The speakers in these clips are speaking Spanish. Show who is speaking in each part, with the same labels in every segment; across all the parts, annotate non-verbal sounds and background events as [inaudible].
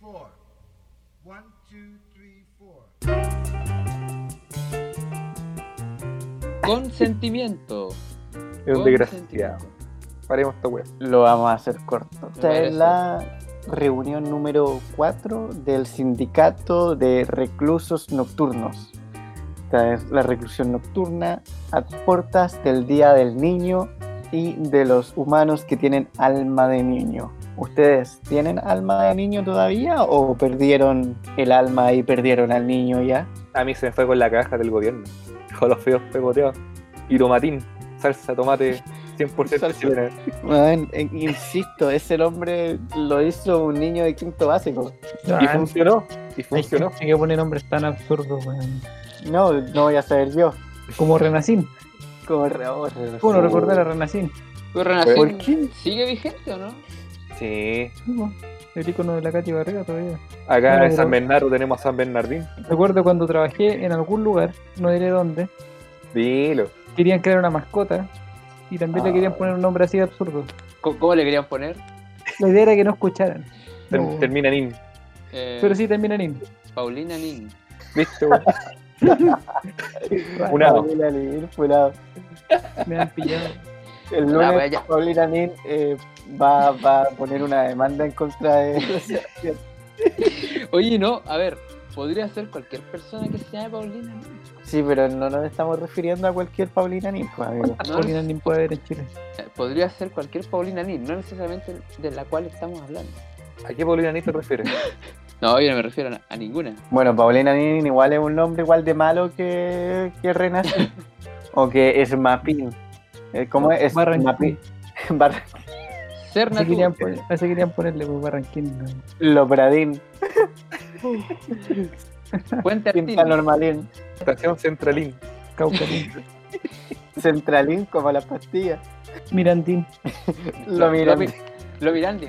Speaker 1: four. One, two, three, four.
Speaker 2: Consentimiento.
Speaker 3: Es un desgraciado.
Speaker 2: Consentimiento.
Speaker 3: Paremos esta wea.
Speaker 4: Lo vamos a hacer corto. Esta es
Speaker 2: parece.
Speaker 4: la reunión número 4 del Sindicato de Reclusos Nocturnos. Esta es la reclusión nocturna a puertas del Día del Niño y de los humanos que tienen alma de niño. ¿Ustedes tienen alma de niño todavía o perdieron el alma y perdieron al niño ya?
Speaker 3: A mí se me fue con la caja del gobierno. Con los feos pegoteados. Y tomatín. Salsa, tomate. 100%
Speaker 4: Salsa.
Speaker 3: chilena.
Speaker 4: Weón, eh, insisto, ese hombre lo hizo un niño de quinto básico.
Speaker 3: Y
Speaker 5: Ah,
Speaker 3: funcionó. Y
Speaker 5: hay
Speaker 3: funcionó.
Speaker 5: gente que pone nombres tan absurdos, weón.
Speaker 4: No, no voy a saber yo.
Speaker 5: Como Renacín.
Speaker 4: Corre, corre.
Speaker 5: ¿Cómo no recordar a Renacín?
Speaker 2: Pero Renacín,
Speaker 4: ¿Por qué?
Speaker 2: ¿Sigue vigente o no?
Speaker 3: Sí.
Speaker 5: Sí, po. El icono de la Katy Barriga todavía.
Speaker 3: Acá
Speaker 5: Bueno,
Speaker 3: en San
Speaker 5: pero-
Speaker 3: Bernardo tenemos a San Bernardín.
Speaker 5: Recuerdo cuando trabajé en algún lugar, no diré dónde,
Speaker 3: Dilo.
Speaker 5: querían crear una mascota y también le
Speaker 4: Ah.
Speaker 5: querían poner un nombre así de absurdo.
Speaker 2: ¿Cómo, cómo le querían poner?
Speaker 5: La idea era que no escucharan.
Speaker 3: Ter-
Speaker 5: No.
Speaker 3: Termina Nin.
Speaker 2: Eh,
Speaker 5: Pero sí termina en in.
Speaker 2: Paulina Nin.
Speaker 3: ¿Viste, weón?
Speaker 5: Raro,
Speaker 3: Funado.
Speaker 4: Paulina Nin, funado.
Speaker 5: Me han
Speaker 3: [laughs]
Speaker 5: pillado.
Speaker 4: El
Speaker 2: Nah,
Speaker 4: lunes
Speaker 2: pues ya.
Speaker 4: Paulina Nin eh, va, va a poner una demanda en contra de...
Speaker 2: Oye, no, a ver, podría ser cualquier persona que se llame Paulina Nin.
Speaker 4: Sí, pero no nos estamos refiriendo a cualquier Paulina Nin, pues, amigo.
Speaker 2: No,
Speaker 5: Paulina Nin puede haber en Chile.
Speaker 2: Eh, Podría ser cualquier Paulina Nin, no necesariamente de la cual estamos hablando.
Speaker 3: ¿A qué Paulina Nin te refieres?
Speaker 2: No, yo no me refiero a, a ninguna.
Speaker 4: Bueno, Paulina Nin igual es un nombre igual de malo que, que Renace. o que es Mapin. Eh, ¿Cómo es? es
Speaker 5: Barranquín.
Speaker 4: Mapin. [laughs] Barra-
Speaker 2: Ser
Speaker 5: Así
Speaker 2: natural.
Speaker 5: querían, poner- así querían ponerle pues, Barranquín. ¿no?
Speaker 4: Lopradín. [laughs]
Speaker 2: Puente Artín.
Speaker 4: Pintanormalín.
Speaker 3: Estación Centralín. [laughs]
Speaker 5: Caucalín.
Speaker 4: Centralín como las pastillas.
Speaker 5: Mirandín.
Speaker 4: Lo
Speaker 2: Lo,
Speaker 4: miran.
Speaker 2: mi- lo Mirandi.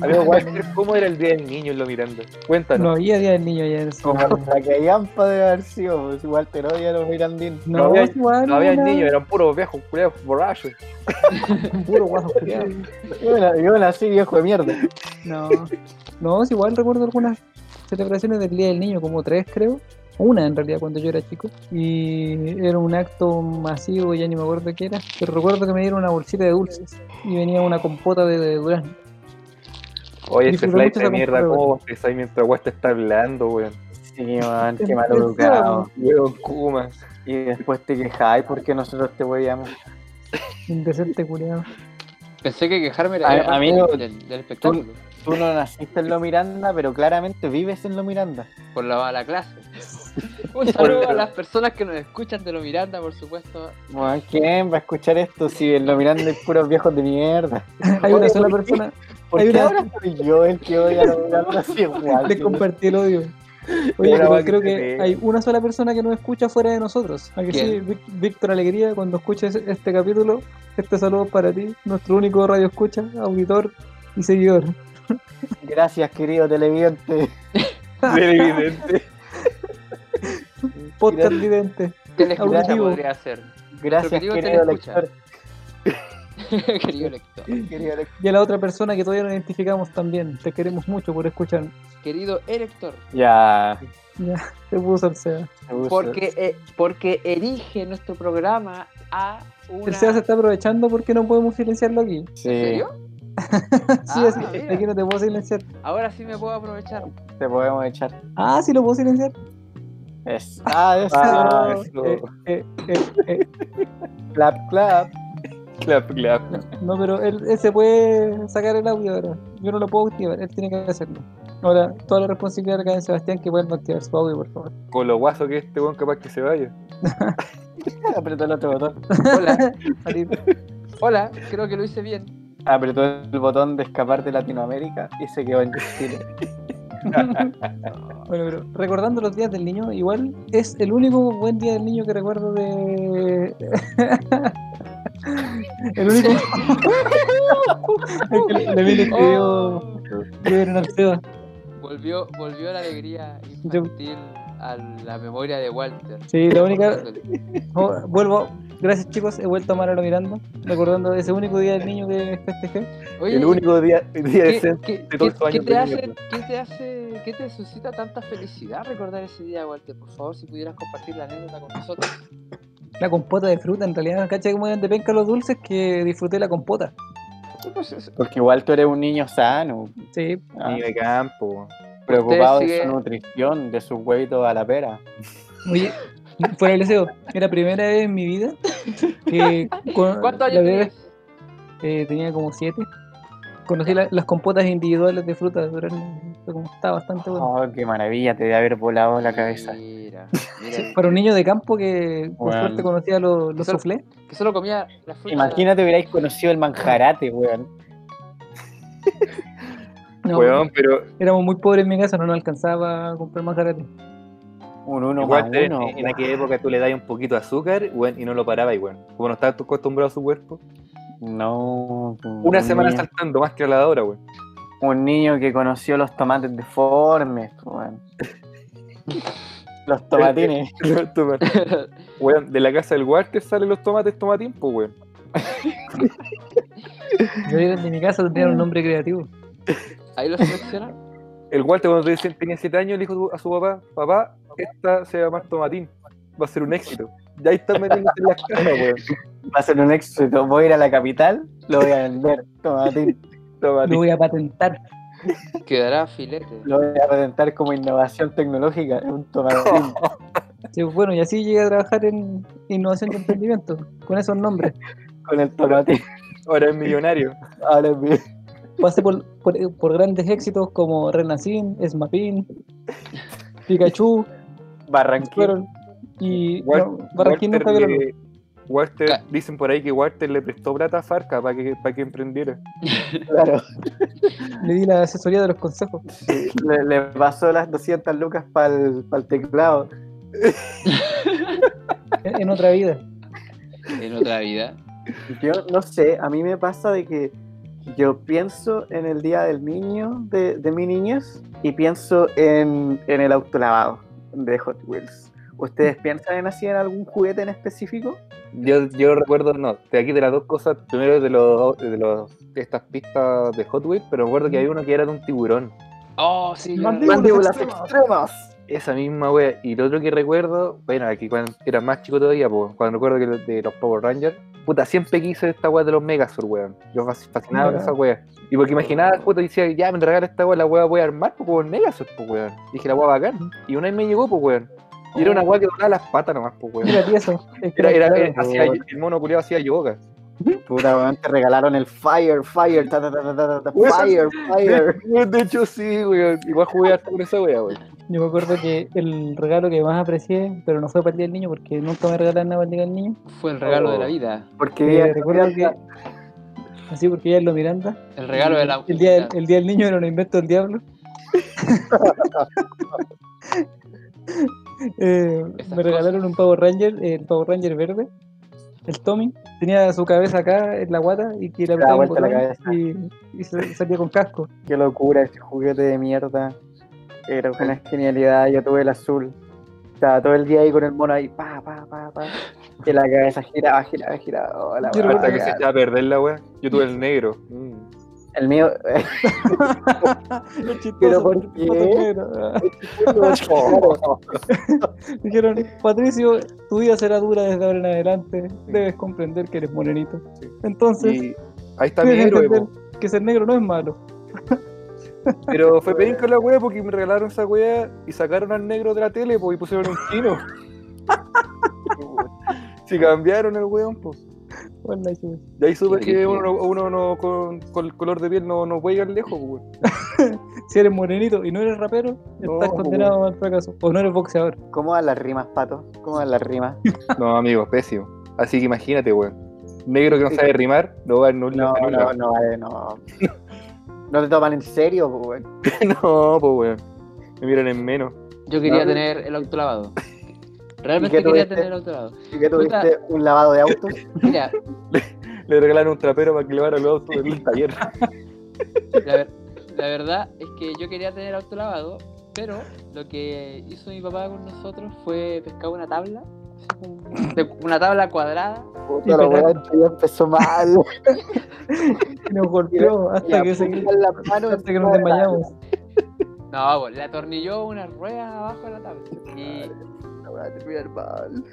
Speaker 3: A ver, Walter, ¿cómo era el día del niño en lo mirando?
Speaker 5: No
Speaker 3: Cuéntanos.
Speaker 5: había día del niño ya en ese
Speaker 4: Como
Speaker 5: momento.
Speaker 4: la que hayan podría haber sido, pues igual te odia los Mirandín.
Speaker 5: No,
Speaker 3: no había-
Speaker 5: igual,
Speaker 3: No había
Speaker 5: era
Speaker 3: niños, eran puros viejos, culiados, borrachos.
Speaker 5: un Puro guaso.
Speaker 3: [laughs]
Speaker 5: culiao.
Speaker 4: Yo, na- yo nací viejo de mierda.
Speaker 5: No. No, es igual recuerdo algunas celebraciones del Día del Niño, como tres creo. Una en realidad cuando yo era chico. Y era un acto masivo, ya ni me acuerdo qué era. Pero recuerdo que me dieron una bolsita de dulces y venía una compota de, de durazno.
Speaker 3: Oye,
Speaker 5: Y
Speaker 3: ese
Speaker 5: pero
Speaker 3: flight
Speaker 5: mucho
Speaker 3: de
Speaker 5: se
Speaker 3: mierda,
Speaker 5: comprueba.
Speaker 3: ¿cómo pensáis mientras West está hablando, weón?
Speaker 4: Sí, man, qué mal
Speaker 5: Empezamos.
Speaker 4: educado.
Speaker 3: Weón, [laughs] Kuma.
Speaker 4: Y después te quejáis porque nosotros te veíamos.
Speaker 5: Indecente culiado.
Speaker 2: Pensé que quejarme era
Speaker 4: A-
Speaker 2: era parte
Speaker 4: amigo,
Speaker 2: del, del espectáculo.
Speaker 4: Tú no naciste en Lo Miranda, pero claramente vives en Lo Miranda.
Speaker 2: Por la mala clase. Un saludo a las personas que nos escuchan de Lo Miranda, por supuesto.
Speaker 4: Man, ¿Quién va a escuchar esto si en Lo Miranda hay puros viejos de mierda?
Speaker 5: [laughs] Hay una
Speaker 4: Oye,
Speaker 5: sola
Speaker 4: ¿por qué?
Speaker 5: persona.
Speaker 4: ¿Por
Speaker 5: Hay
Speaker 4: qué
Speaker 5: una-
Speaker 4: ahora soy yo el que odia a Lo Miranda así igual?
Speaker 5: Les compartí el
Speaker 3: [laughs]
Speaker 5: odio. Oye,
Speaker 3: Una
Speaker 5: pero
Speaker 3: vaca
Speaker 5: creo
Speaker 3: que
Speaker 5: que
Speaker 3: te-
Speaker 5: hay una sola persona que nos escucha fuera de nosotros. ¿A que
Speaker 2: ¿Quién?
Speaker 5: sí? Vic- Víctor Alegría, cuando escuches este capítulo, este saludo es para ti, nuestro único radio escucha, auditor y seguidor.
Speaker 4: Gracias, querido televidente.
Speaker 3: Bien evidente.
Speaker 5: Podcast
Speaker 4: Gracias.
Speaker 5: vidente.
Speaker 2: Telescucha
Speaker 5: Auditivo.
Speaker 2: podría ser.
Speaker 4: Gracias,
Speaker 2: Pero querido
Speaker 4: querido
Speaker 2: teleescucha.
Speaker 4: lector.
Speaker 2: [laughs] Querido lector.
Speaker 4: Querido lector.
Speaker 5: Y a la otra persona que todavía no identificamos también. Te queremos mucho por escuchar.
Speaker 2: Querido elector.
Speaker 4: Ya.
Speaker 5: Te puso el SEA.
Speaker 4: me gusta.
Speaker 2: Porque, eh, porque erige nuestro programa a una...
Speaker 5: El SEA se está aprovechando porque no podemos silenciarlo aquí.
Speaker 4: Sí.
Speaker 2: ¿En serio?
Speaker 5: [laughs] Sí,
Speaker 2: Ah,
Speaker 5: así,
Speaker 2: mira.
Speaker 5: aquí no te puedo silenciar.
Speaker 2: Ahora sí me puedo
Speaker 5: [laughs]
Speaker 2: aprovechar.
Speaker 4: Te podemos echar.
Speaker 5: Ah, sí lo puedo silenciar.
Speaker 4: Es. Ah, eso.
Speaker 3: Ah,
Speaker 5: Eh,
Speaker 3: eso.
Speaker 5: eh, eh, eh.
Speaker 4: Clap, clap.
Speaker 3: Clap, clap.
Speaker 5: No, pero él, él se puede sacar el audio ahora. Yo no lo puedo activar, él tiene que hacerlo. Ahora, toda la responsabilidad acá de Sebastián que vuelva a activar su audio, por favor.
Speaker 3: Con lo guaso que es este weón, capaz que se vaya.
Speaker 4: Apretó el otro botón.
Speaker 2: Hola,
Speaker 5: Salir.
Speaker 2: hola, creo que lo hice bien.
Speaker 4: Apretó el botón de escapar de Latinoamérica y se quedó en Chile.
Speaker 5: Bueno, pero recordando los días del niño, igual es el único buen día del niño que recuerdo de. [laughs] el único. Es que le, le vi el escribió
Speaker 2: Oh,
Speaker 5: escribieron al Seba.
Speaker 2: volvió, volvió la alegría infantil a la memoria de Walter.
Speaker 5: Sí, la única. oh, vuelvo, Gracias chicos, he vuelto a amar a lo Miranda, recordando ese único día del niño que festejé.
Speaker 2: Oye,
Speaker 3: El único día, día
Speaker 2: ¿qué,
Speaker 3: decente.
Speaker 2: qué-
Speaker 3: de
Speaker 2: qué-
Speaker 3: ocho
Speaker 2: qué
Speaker 3: años
Speaker 2: te
Speaker 3: de
Speaker 2: hace,
Speaker 3: mierda.
Speaker 2: ¿Qué te hace, qué te suscita tanta felicidad recordar ese día, Walter? Por favor, si pudieras compartir la anécdota con nosotros.
Speaker 5: La compota de fruta, en realidad, cacha como eran de penca los dulces que disfruté la compota.
Speaker 2: Sí, pues, es-
Speaker 4: Porque igual tú eres un niño sano,
Speaker 5: Sí,
Speaker 4: ah,
Speaker 3: Niño de campo.
Speaker 4: preocupado
Speaker 2: Ustedes
Speaker 4: de su
Speaker 2: siguen-
Speaker 4: nutrición, de sus huevitos a la pera.
Speaker 5: Oye, fuera del deseo, es la primera vez en mi vida
Speaker 2: [laughs]
Speaker 5: que con-
Speaker 2: ¿Cuántos
Speaker 5: Ah, la
Speaker 2: años
Speaker 5: primera
Speaker 2: tenías?
Speaker 5: vez, eh, tenía como siete. Conocí la- las compotas individuales de fruta, duraron- fue como estaba bastante bueno.
Speaker 4: Oh, qué maravilla, te debe haber volado la cabeza.
Speaker 2: Mira, mira. eh.
Speaker 5: Para un niño de campo que por
Speaker 4: Bueno.
Speaker 5: suerte conocía los, los
Speaker 2: Eso-
Speaker 5: soufflés.
Speaker 2: que solo comía la fruta.
Speaker 4: Imagínate hubierais conocido el manjarate, weón.
Speaker 5: No,
Speaker 3: Weón, pero
Speaker 5: éramos muy pobres en mi casa, no nos alcanzaba a comprar manjarate.
Speaker 4: Un uno
Speaker 3: igual
Speaker 4: más
Speaker 3: te-
Speaker 4: uno.
Speaker 3: en aquella época tú le das un poquito de azúcar weón, y no lo parabas, weón. Como no estabas tú acostumbrado a su cuerpo.
Speaker 4: No.
Speaker 3: Una
Speaker 4: un
Speaker 3: semana
Speaker 4: niño-
Speaker 3: saltando más que a la de ahora, [laughs] weón.
Speaker 4: Un niño que conoció los tomates deformes, weón. Los tomatines.
Speaker 3: [laughs] Los tomates. Weón, de la casa del Walter salen los tomates tomatín, pues, weón.
Speaker 5: Yo era de mi casa, tenía un nombre creativo.
Speaker 2: Ahí lo seleccionaron.
Speaker 3: El Walter cuando recién tenía 7 años le dijo a su papá, papá, esta se va a llamar Tomatín, va a ser un éxito. Y ahí están metiéndose en las camas, weón.
Speaker 4: Va a ser un éxito. Voy a ir a la capital, lo voy a vender. Tomatín.
Speaker 3: [laughs]
Speaker 5: Lo
Speaker 3: Tomatín.
Speaker 5: voy a patentar.
Speaker 2: Quedará filete.
Speaker 4: Lo voy a presentar como innovación tecnológica. Un tomatín.
Speaker 5: Sí, pues, bueno, y así llegué a trabajar en innovación de emprendimiento, con esos nombres.
Speaker 4: Con el tomatín.
Speaker 3: Ahora es millonario.
Speaker 4: Ahora es mi-
Speaker 5: Pasé por, por- por grandes éxitos como Renacin, Esmapin, Pikachu,
Speaker 4: Barranquilla.
Speaker 5: fueron. Y
Speaker 3: Wal-
Speaker 5: no, Barranquín nunca
Speaker 3: Walter
Speaker 5: vio la
Speaker 3: le-
Speaker 5: luz.
Speaker 3: Walter-
Speaker 2: Ca-
Speaker 3: dicen por ahí que Walter le prestó plata a Farca para que, para que emprendiera.
Speaker 4: Claro.
Speaker 5: Le di la asesoría de los consejos.
Speaker 4: Le, le pasó las 200 lucas para el teclado.
Speaker 5: En en otra vida.
Speaker 2: En otra vida.
Speaker 4: Yo no sé, a mí me pasa de que yo pienso en el día del niño, de, de mi niñez, y pienso en, en el autolavado de Hot Wheels. ¿Ustedes piensan en así en algún juguete en específico?
Speaker 3: Yo, yo recuerdo, no, de aquí de las dos cosas, primero de los de los de estas pistas de Hot Wheels, pero recuerdo que había uno que era de un tiburón.
Speaker 2: Oh, sí. claro.
Speaker 5: Mandíbulas
Speaker 4: Mandíbulas
Speaker 5: extremas.
Speaker 4: extremas.
Speaker 3: Esa misma wea. Y lo otro que recuerdo, bueno, aquí cuando era más chico todavía, po, cuando recuerdo que lo- de los Power Rangers, puta, siempre quise esta wea de los Megazord, weón. Yo fas- fascinaba con esa wea. Y porque imaginaba, puta, decía, ya me regala esta wea, la wea voy a armar, pues, con Megazord, pues, weón. Dije, la wea bacán. Y una vez me llegó, pues, weón. Y era una wea que doblaba las patas nomás, pues, weón.
Speaker 5: Era tieso. Es que
Speaker 3: Era, era,
Speaker 5: claro,
Speaker 3: era- hacía- el mono culiado hacía [laughs] yoga.
Speaker 4: Puta, weón, te regalaron el Fire, Fire, ta, ta, ta, ta, ta, ta,
Speaker 3: Weón.
Speaker 4: Fire, Fire.
Speaker 3: De, [laughs] de hecho, sí, weón. Igual jugué hasta con esa wea, weón.
Speaker 5: Yo me acuerdo que el regalo que más aprecié, pero no fue para el día del niño, porque nunca me regalaron nada para el día del niño.
Speaker 2: Fue el regalo
Speaker 3: Oh.
Speaker 2: de la vida.
Speaker 4: Porque
Speaker 5: Eh,
Speaker 4: bien,
Speaker 5: recuerdo
Speaker 4: bien,
Speaker 5: que- Así porque ya es lo Miranda.
Speaker 2: El regalo de la
Speaker 5: El día, del, el día del niño era un invento del diablo. Eh,
Speaker 2: Esas
Speaker 5: me regalaron un Power Ranger, eh, el Power Ranger verde. El Tommy tenía su cabeza acá en la guata y que le
Speaker 4: Daba
Speaker 5: apretaba un
Speaker 4: vuelta la
Speaker 5: botón y, y se- salía con casco.
Speaker 4: Qué locura ese juguete de mierda. Era
Speaker 5: [laughs]
Speaker 4: una genialidad. Yo tuve el azul. Estaba todo el día ahí con el mono ahí, pa, pa, pa, pa. Y la cabeza giraba, giraba, giraba. Oh, la
Speaker 5: Yo
Speaker 4: weá,
Speaker 5: recuerdo
Speaker 3: Hasta que se
Speaker 4: cagada.
Speaker 3: echaba a perder la wea. Yo tuve el negro. Mm.
Speaker 4: El
Speaker 5: [laughs]
Speaker 4: mío. [laughs]
Speaker 5: Qué chistoso,
Speaker 4: Pero ¿por
Speaker 5: el pato
Speaker 4: qué?
Speaker 5: negro. [laughs] Dijeron, Patricio, tu vida será dura desde ahora en adelante. Debes comprender que eres morenito. Entonces,
Speaker 3: Y ahí está mi
Speaker 5: debes
Speaker 3: héroe,
Speaker 5: entender
Speaker 3: po.
Speaker 5: que ser negro no es malo.
Speaker 3: Pero fue pedir con la wea porque me regalaron esa wea y sacaron al negro de la tele, po, y pusieron un [laughs] chino. Si cambiaron el weón, pues.
Speaker 5: Hola, chicos.
Speaker 3: De ahí supe
Speaker 2: Qué
Speaker 3: que
Speaker 2: brígido.
Speaker 3: uno, no- uno no, con, con el color de piel no, no puede llegar lejos, po, weón.
Speaker 5: Si eres morenito y no eres rapero,
Speaker 3: No,
Speaker 5: estás condenado al fracaso. O no eres boxeador.
Speaker 4: ¿Cómo van las rimas, pato? ¿Cómo van las rimas?
Speaker 3: No, amigo, pésimo. Así que imagínate, weón. Negro que no sabe rimar, no va en un
Speaker 4: No,
Speaker 3: en un-
Speaker 4: no, no, vale, no. No te toman en serio, po, weón.
Speaker 3: [laughs] No, pues weón. Me miran en menos.
Speaker 2: Yo quería
Speaker 3: Claro.
Speaker 2: tener el
Speaker 5: [laughs]
Speaker 2: autolavado. Realmente
Speaker 4: qué
Speaker 2: quería
Speaker 4: tuviste?
Speaker 5: este.
Speaker 2: tener el autolavado.
Speaker 4: ¿Y que tuviste un lavado de
Speaker 5: [laughs]
Speaker 4: autos?
Speaker 2: Mira,
Speaker 3: Le regalaron un trapero para que le el auto del taller.
Speaker 2: La, ver- la verdad es que yo quería tener auto lavado, pero lo que hizo mi papá con nosotros fue pescar una tabla, así como de una tabla cuadrada.
Speaker 4: Puta, la weá ya empezó mal.
Speaker 5: Y nos golpeó [laughs] hasta que se
Speaker 4: Pongan las manos
Speaker 5: hasta que nos desmayamos.
Speaker 2: No, pues, le atornilló una rueda abajo de la tabla. Y,
Speaker 4: La weá terminar mal.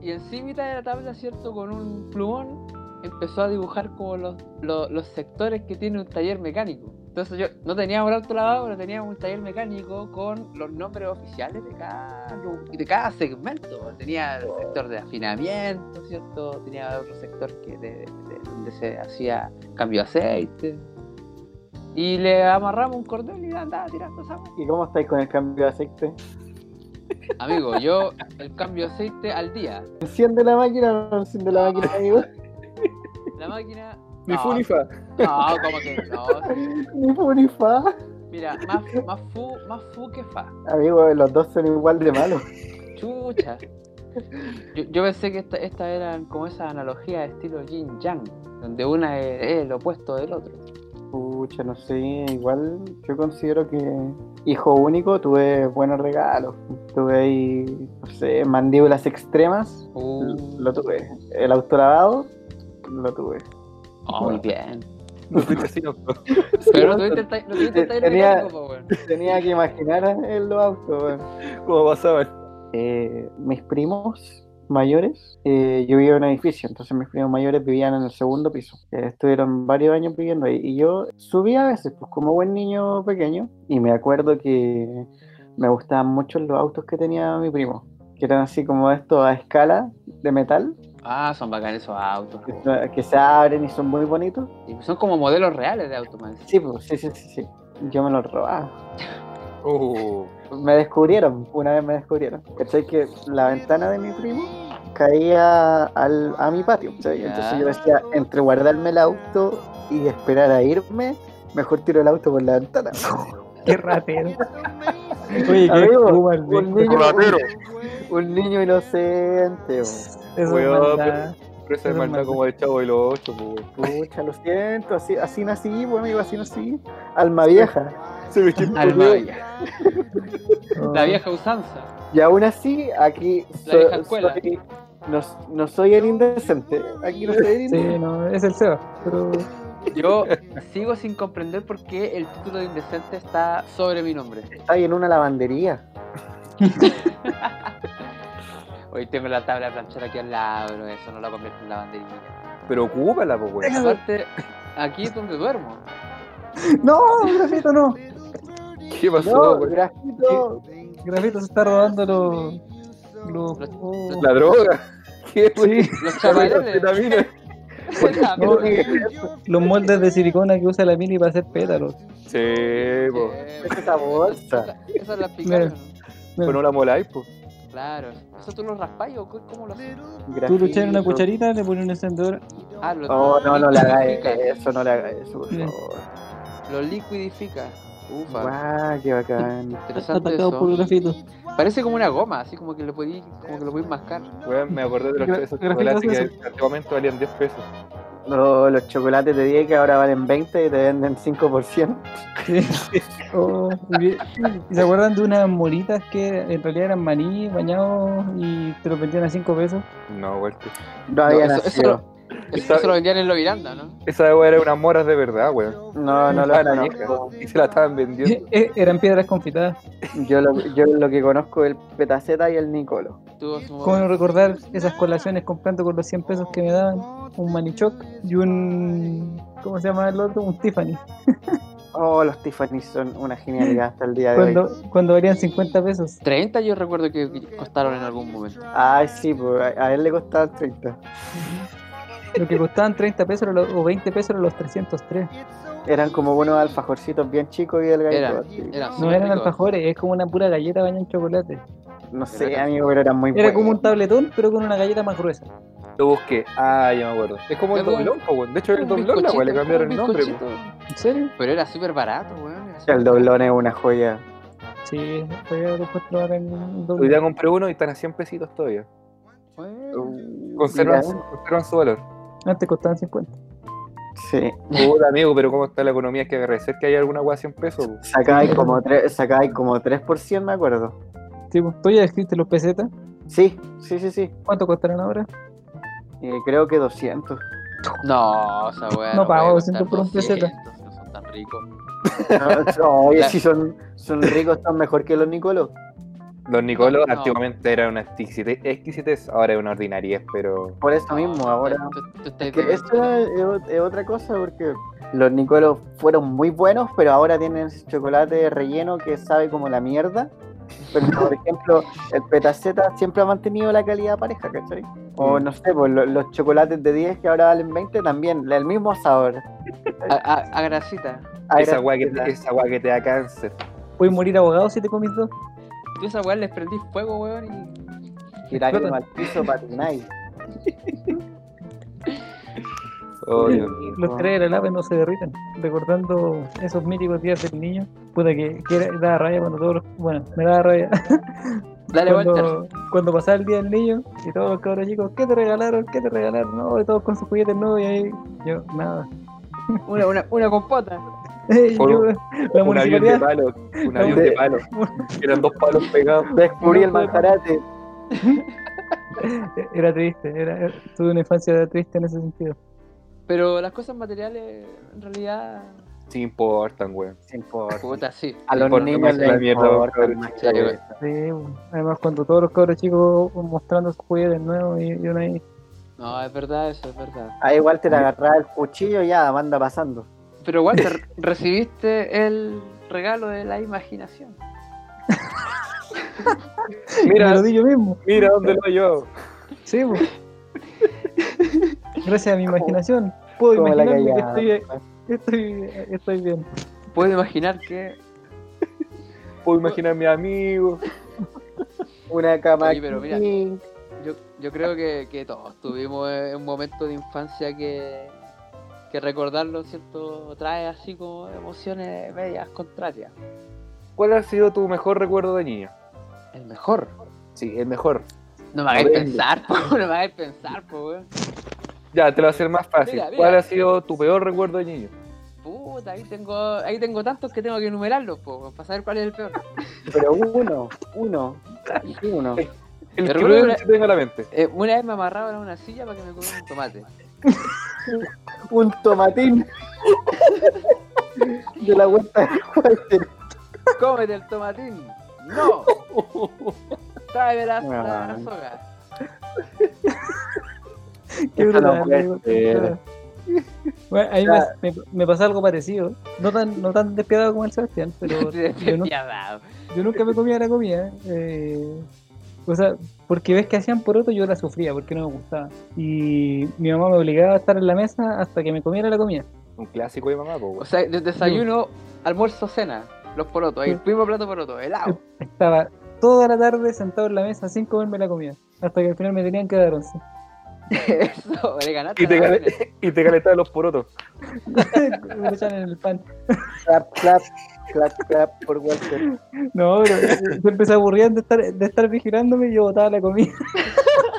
Speaker 2: y encima de la tabla, ¿cierto? Con un plumón empezó a dibujar como los, los, los sectores que tiene un taller mecánico. Entonces yo no teníamos el auto lavado, pero teníamos un taller mecánico con los nombres oficiales de cada, lu- de cada segmento. Tenía el sector de afinamiento, ¿cierto? Tenía otro sector que de- de- donde se hacía cambio de aceite. Y le amarramos un cordón y andaba tirando esa
Speaker 4: ¿Y cómo estáis con el cambio de aceite?
Speaker 2: Amigo, yo el cambio de aceite al día.
Speaker 4: ¿Enciende la máquina o no enciende la máquina,
Speaker 2: Ah.
Speaker 4: amigo? [laughs]
Speaker 2: La máquina.
Speaker 3: Ni
Speaker 2: no,
Speaker 3: fu ni fa.
Speaker 2: No, como que no. sí.
Speaker 4: Ni fu ni fa.
Speaker 2: Mira, más, más fu, más fu que fa.
Speaker 4: Amigo, los dos son igual de malos.
Speaker 2: Chucha. Yo, yo pensé que estas esta eran como esa analogía de estilo yin yang, donde una es, es el opuesto del otro.
Speaker 4: Pucha, no sé, igual yo considero que hijo único tuve buenos regalos. Tuve ahí, no sé, mandíbulas extremas,
Speaker 2: Uh,
Speaker 4: lo tuve. El autolavado, lo tuve.
Speaker 2: oh, muy bien.
Speaker 3: [laughs] No fuiste así, no.
Speaker 2: Pero no tuviste el ta- no tuviste el taller
Speaker 4: Tenía-
Speaker 2: mecánico, po, weón.
Speaker 4: Tenía que imaginar en los autos. weón.
Speaker 3: ¿Cómo pasaban?
Speaker 4: eh, mis primos mayores, eh, yo vivía en un edificio, entonces mis primos mayores vivían en el segundo piso. Eh, estuvieron varios años viviendo ahí y yo subía a veces, pues como buen niño pequeño, y me acuerdo que me gustaban mucho los autos que tenía mi primo, que eran así como estos a escala de metal,
Speaker 2: Ah, son bacanes esos autos.
Speaker 4: que,
Speaker 2: po.
Speaker 4: que se abren y son muy bonitos.
Speaker 2: Y Son como modelos reales de autos, man.
Speaker 4: Sí, pues, sí, sí, sí, sí. Yo me los robaba.
Speaker 3: Oh,
Speaker 4: Me descubrieron, una vez me descubrieron. ¿Cachai? Que la ventana de mi primo caía al, a mi patio. ¿cachai?
Speaker 2: Ya.
Speaker 4: Entonces yo decía, entre guardarme el auto y esperar a irme, mejor tiro el auto por la ventana. [laughs]
Speaker 5: Qué ratero. Oye, qué
Speaker 4: Amigo,
Speaker 5: espuma el
Speaker 4: un
Speaker 5: Víctor.
Speaker 4: niño, un niño inocente. po.
Speaker 5: Eso es
Speaker 3: Weón,
Speaker 5: maldad.
Speaker 3: pero esa
Speaker 5: Eso es
Speaker 3: es maldad
Speaker 5: maldad.
Speaker 3: como el chavo y los ocho, po, weón.
Speaker 4: Pucha, lo siento, así, así nací, pues amigo, así nací. Alma vieja.
Speaker 3: Se me quedó
Speaker 2: Alma
Speaker 3: weón.
Speaker 2: vieja.
Speaker 5: No.
Speaker 2: La vieja usanza.
Speaker 4: Y aún así, aquí
Speaker 2: La
Speaker 4: so-
Speaker 2: vieja escuela.
Speaker 4: soy- no, no soy el indecente. Aquí no soy el indecente.
Speaker 5: Sí, no, es el Seba. Pero
Speaker 2: Yo sigo sin comprender por qué el título de indecente está sobre mi nombre.
Speaker 4: Ay, en una lavandería.
Speaker 2: Hoy tengo la tabla de planchar aquí al lado, pero eso no la convierto en lavandería.
Speaker 3: [laughs] Pero ocúpala, po, weón.
Speaker 2: Aparte, aquí es donde duermo.
Speaker 5: No, Grafito no.
Speaker 3: ¿Qué pasó,
Speaker 4: No,
Speaker 3: weón?
Speaker 4: grafito.
Speaker 5: Grafito se está robando los. los-
Speaker 2: Los-
Speaker 5: oh.
Speaker 3: La droga. [laughs] ¿Qué, weón?
Speaker 2: Los
Speaker 3: La
Speaker 2: chavales.
Speaker 3: metanfetamina.
Speaker 2: [laughs]
Speaker 5: No, los moldes de silicona que usa la mini para hacer pétalos.
Speaker 3: Sí, po.
Speaker 4: Es esa bolsa.
Speaker 2: Esa es la picaron.
Speaker 3: Pero no la moláis, po.
Speaker 2: Claro. ¿Eso tú lo raspáis o cu- cómo lo haces?
Speaker 5: Tú lo echas en una cucharita, le pones un encendedor.
Speaker 2: Ah, lo,
Speaker 4: Oh, no, no le hagáis
Speaker 2: liquidifica.
Speaker 4: eso, no le hagáis eso, por
Speaker 5: Bien.
Speaker 4: favor.
Speaker 2: Lo liquidifica. Ufa.
Speaker 4: Guau, qué bacán.
Speaker 5: Está
Speaker 2: Interesante
Speaker 5: atacado por
Speaker 2: eso.
Speaker 5: grafito.
Speaker 2: Parece como una goma, así como que lo podéis, como que lo podéis mascar.
Speaker 3: Weón, me acordé de los
Speaker 5: Gra-
Speaker 3: pesos
Speaker 5: gráficos
Speaker 3: chocolates que
Speaker 5: de
Speaker 3: en este momento valían 10 pesos.
Speaker 4: No, los chocolates de 10 que ahora valen 20 y te venden
Speaker 5: [laughs]
Speaker 4: 5%.
Speaker 5: Sí. Oh, muy bien. ¿Y se acuerdan de unas moritas que en realidad eran maní bañados y te los vendían a 5 pesos?
Speaker 3: No, weón.
Speaker 4: No había
Speaker 2: eso-
Speaker 4: nacido.
Speaker 2: Eso, eso lo vendían en lo Miranda, ¿no?
Speaker 3: Esa weón era unas moras de verdad, weón.
Speaker 4: No, no lo
Speaker 3: Estaba la vieja.
Speaker 4: conozco.
Speaker 3: Y se la estaban vendiendo.
Speaker 5: [laughs] Eh, eran piedras confitadas.
Speaker 4: Yo lo, yo lo que conozco es el Petaceta y el Nicolo.
Speaker 2: Tuvo su-
Speaker 5: ¿Cómo no recordar esas colaciones comprando con los 100 pesos que me daban? Un manichoc y un. ¿Cómo se llama el otro? Un Tiffany.
Speaker 4: Oh, los Tiffany son una genialidad hasta el día de hoy.
Speaker 5: Cuando, cuando valían 50 pesos.
Speaker 2: 30 yo recuerdo que costaron en algún momento.
Speaker 4: Ay, sí, pues, a a él le costaba 30.
Speaker 5: Lo que costaban 30 pesos era lo- o 20 pesos eran los 303.
Speaker 4: Eran como unos alfajorcitos bien chicos y
Speaker 2: Era,
Speaker 4: delgaditos. así.
Speaker 2: era
Speaker 5: No
Speaker 2: súper
Speaker 5: eran
Speaker 2: rico.
Speaker 5: alfajores, es como una pura galleta bañada en chocolate.
Speaker 4: No sé, amigo, pero eran muy
Speaker 5: Era
Speaker 4: buenos.
Speaker 5: como un tabletón, pero con una galleta más gruesa.
Speaker 3: Lo busqué. Ah, ya me acuerdo. Es como el
Speaker 2: Pero-
Speaker 3: doblón, po, weón. De hecho, el
Speaker 2: Un
Speaker 3: doblón, la weón, le
Speaker 2: bizcochito,
Speaker 3: cambiaron
Speaker 2: un
Speaker 3: el nombre, po.
Speaker 2: bizcochito.
Speaker 5: ¿En serio?
Speaker 2: Pero era súper barato, weón. era súper
Speaker 4: El doblón es una joya.
Speaker 5: Sí, todavía lo puedes probar en un
Speaker 3: Hoy
Speaker 5: doble.
Speaker 3: día compré uno y están a 100 pesitos todavía.
Speaker 2: Bueno,
Speaker 3: Conservan,
Speaker 4: Mm, Mira.
Speaker 3: conservan su valor.
Speaker 5: Antes costaban 50.
Speaker 4: Sí,
Speaker 3: Puta, amigo, pero ¿cómo está la economía? Hay que agradecer que hay alguna weá a 100 pesos. po.
Speaker 4: sacáis como, tres- sacáis como 3%, me acuerdo.
Speaker 5: Sí, pues, tú ya escribiste los pesetas.
Speaker 4: Sí, sí, sí, sí.
Speaker 5: ¿Cuánto costarán ahora?
Speaker 4: Eh, creo que 200.
Speaker 2: No, esa weá.
Speaker 5: No pago
Speaker 2: puede
Speaker 5: 200
Speaker 2: costar
Speaker 5: por un
Speaker 2: 200,
Speaker 5: peseta.
Speaker 2: No son tan ricos.
Speaker 4: No, no, oye,
Speaker 2: La-
Speaker 4: si son, son ricos, son mejor que los Nicolos.
Speaker 3: Los Nicolos
Speaker 2: No.
Speaker 3: antiguamente era una exquisite- exquisitez, ahora es una ordinariedad, pero
Speaker 4: Por eso
Speaker 2: No,
Speaker 4: mismo,
Speaker 2: tú-
Speaker 4: ahora.
Speaker 2: tú- tú estás
Speaker 4: Que
Speaker 2: bien.
Speaker 4: esto es, es otra cosa porque los Nicolos fueron muy buenos, pero ahora tienen ese chocolate relleno que sabe como la mierda. Pero por ejemplo, el Petaceta siempre ha mantenido la calidad pareja, ¿cachai?
Speaker 3: Mm.
Speaker 4: O no sé, pues, lo- los chocolates de 10 que ahora valen 20 también, el mismo sabor.
Speaker 2: A, a, a grasita.
Speaker 4: Ay,
Speaker 3: esa weá que,
Speaker 4: gracias.
Speaker 3: te- esa weá que te
Speaker 2: [laughs]
Speaker 3: da cáncer.
Speaker 5: ¿Puedes morir abogado si te comes dos?
Speaker 2: Tú esa weá les prendí fuego, weón. Y...
Speaker 4: Tirar como al
Speaker 3: [laughs]
Speaker 4: piso patináis.
Speaker 3: Oh, Dios mío.
Speaker 5: Los tres de la lava no se derritan. Recordando esos míticos días del niño. Puta que, que era- daba rabia cuando todos los- Bueno, me daba [laughs] rabia.
Speaker 2: Dale, Walter.
Speaker 5: cuando, cuando pasaba el día del niño y todos los cabros chicos, ¿qué te regalaron? ¿Qué te regalaron? No, y todos con sus juguetes nuevos y ahí yo, nada.
Speaker 2: Una, una, una compota.
Speaker 5: Y
Speaker 3: Por
Speaker 5: yo,
Speaker 3: un-
Speaker 5: la
Speaker 3: Un avión de
Speaker 5: municipalidad,
Speaker 3: palo, un
Speaker 2: [laughs]
Speaker 3: avión de palo. Eran dos palos pegados.
Speaker 4: Descubrí el manjarate.
Speaker 5: eh, era triste, era, era- tuve una infancia triste en ese sentido.
Speaker 2: Pero las cosas materiales, en realidad.
Speaker 3: Sí importan, weón.
Speaker 4: Sin por-
Speaker 2: Puta, sí.
Speaker 4: A los
Speaker 3: por
Speaker 4: niños
Speaker 3: tomarse la
Speaker 4: les
Speaker 3: mierda,
Speaker 4: importa
Speaker 3: cabrón.
Speaker 4: más que
Speaker 2: Sí, güey.
Speaker 4: eso.
Speaker 5: Sí, bueno. además cuando todos los cabros chicos mostrando sus juguetes nuevos y, y uno ahí,
Speaker 2: No, es verdad, eso es verdad.
Speaker 4: Ahí Ah, igual te agarraba el cuchillo y ya, manda pasando.
Speaker 2: Pero, Walter, [laughs] recibiste el regalo de la imaginación.
Speaker 5: me
Speaker 3: Mira,
Speaker 5: lo di yo mismo.
Speaker 3: mira dónde lo llevo.
Speaker 5: Sí, pues.
Speaker 3: [laughs]
Speaker 5: Gracias a mi imaginación, puedo
Speaker 4: Como la
Speaker 5: imaginarme que
Speaker 4: callada.
Speaker 5: estoy, estoy, estoy bien.
Speaker 2: Puedo imaginar que.
Speaker 3: Puedo imaginar a mi amigo.
Speaker 4: Una cama
Speaker 2: Oye, pero mira.
Speaker 4: aquí.
Speaker 2: Yo, yo creo que, que todos tuvimos eh, un momento de infancia que, que recordarlo, ¿cierto? Trae así como emociones medias contrarias.
Speaker 3: ¿Cuál ha sido tu mejor recuerdo de niño?
Speaker 2: El mejor.
Speaker 3: Sí, el mejor.
Speaker 2: No me hagáis
Speaker 3: Aprende.
Speaker 2: pensar, [laughs] po, no me hagáis pensar, po, weón.
Speaker 3: Ya, te lo voy a hacer más fácil.
Speaker 2: Mira, mira.
Speaker 3: ¿Cuál ha sido tu peor recuerdo de niño?
Speaker 2: Puta, ahí tengo, ahí tengo tantos que tengo que enumerarlos, po, weón, para saber cuál es el peor.
Speaker 4: Pero uno, uno, uno.
Speaker 3: El
Speaker 2: Pero bueno,
Speaker 3: que primero
Speaker 2: la-
Speaker 3: que se te venga a la mente.
Speaker 2: Eh, una vez me amarraban a una silla para que me comiera un tomate.
Speaker 4: [laughs]
Speaker 2: [laughs]
Speaker 4: Un tomatín. De la vuelta de Walter.
Speaker 2: ¡Cómete el tomatín!
Speaker 3: [laughs]
Speaker 2: ¡No! Tráeme la, la- la
Speaker 4: Ah.
Speaker 2: soga.
Speaker 5: Qué
Speaker 4: Esa no
Speaker 5: brutal,
Speaker 4: puede
Speaker 5: amigo.
Speaker 4: ser.
Speaker 5: Bueno, a mí
Speaker 4: O sea-
Speaker 5: me, me- me pasa algo parecido. No tan, no tan despiadado como el Sebastián,
Speaker 3: [laughs]
Speaker 5: pero
Speaker 2: Te-
Speaker 5: yo,
Speaker 2: te-
Speaker 5: nu-
Speaker 2: piadado.
Speaker 5: yo nunca me comía la comida. eh, o sea, porque ves que hacían poroto, yo la sufría porque no me gustaba. Y mi mamá me obligaba a estar en la mesa hasta que me comiera la comida.
Speaker 3: Un clásico de mamá, po,
Speaker 2: O
Speaker 3: weón.
Speaker 2: sea, de- desayuno, almuerzo, cena. Los porotos, ahí,
Speaker 5: Sí.
Speaker 2: el primo plato poroto, helado. [laughs]
Speaker 5: Estaba toda la tarde sentado en la mesa sin comerme la comida. Hasta que al final me tenían que dar once. [laughs]
Speaker 2: Eso, le ganaste.
Speaker 3: Y te
Speaker 2: a la
Speaker 3: gané.
Speaker 2: vaina.
Speaker 3: Y te calentaban los porotos.
Speaker 5: me lo echaban en el pan.
Speaker 4: Clap, clap, clap, clap por Walter.
Speaker 5: No, pero eh, siempre se aburrían de estar, de estar vigilándome y yo botaba la comida. [laughs]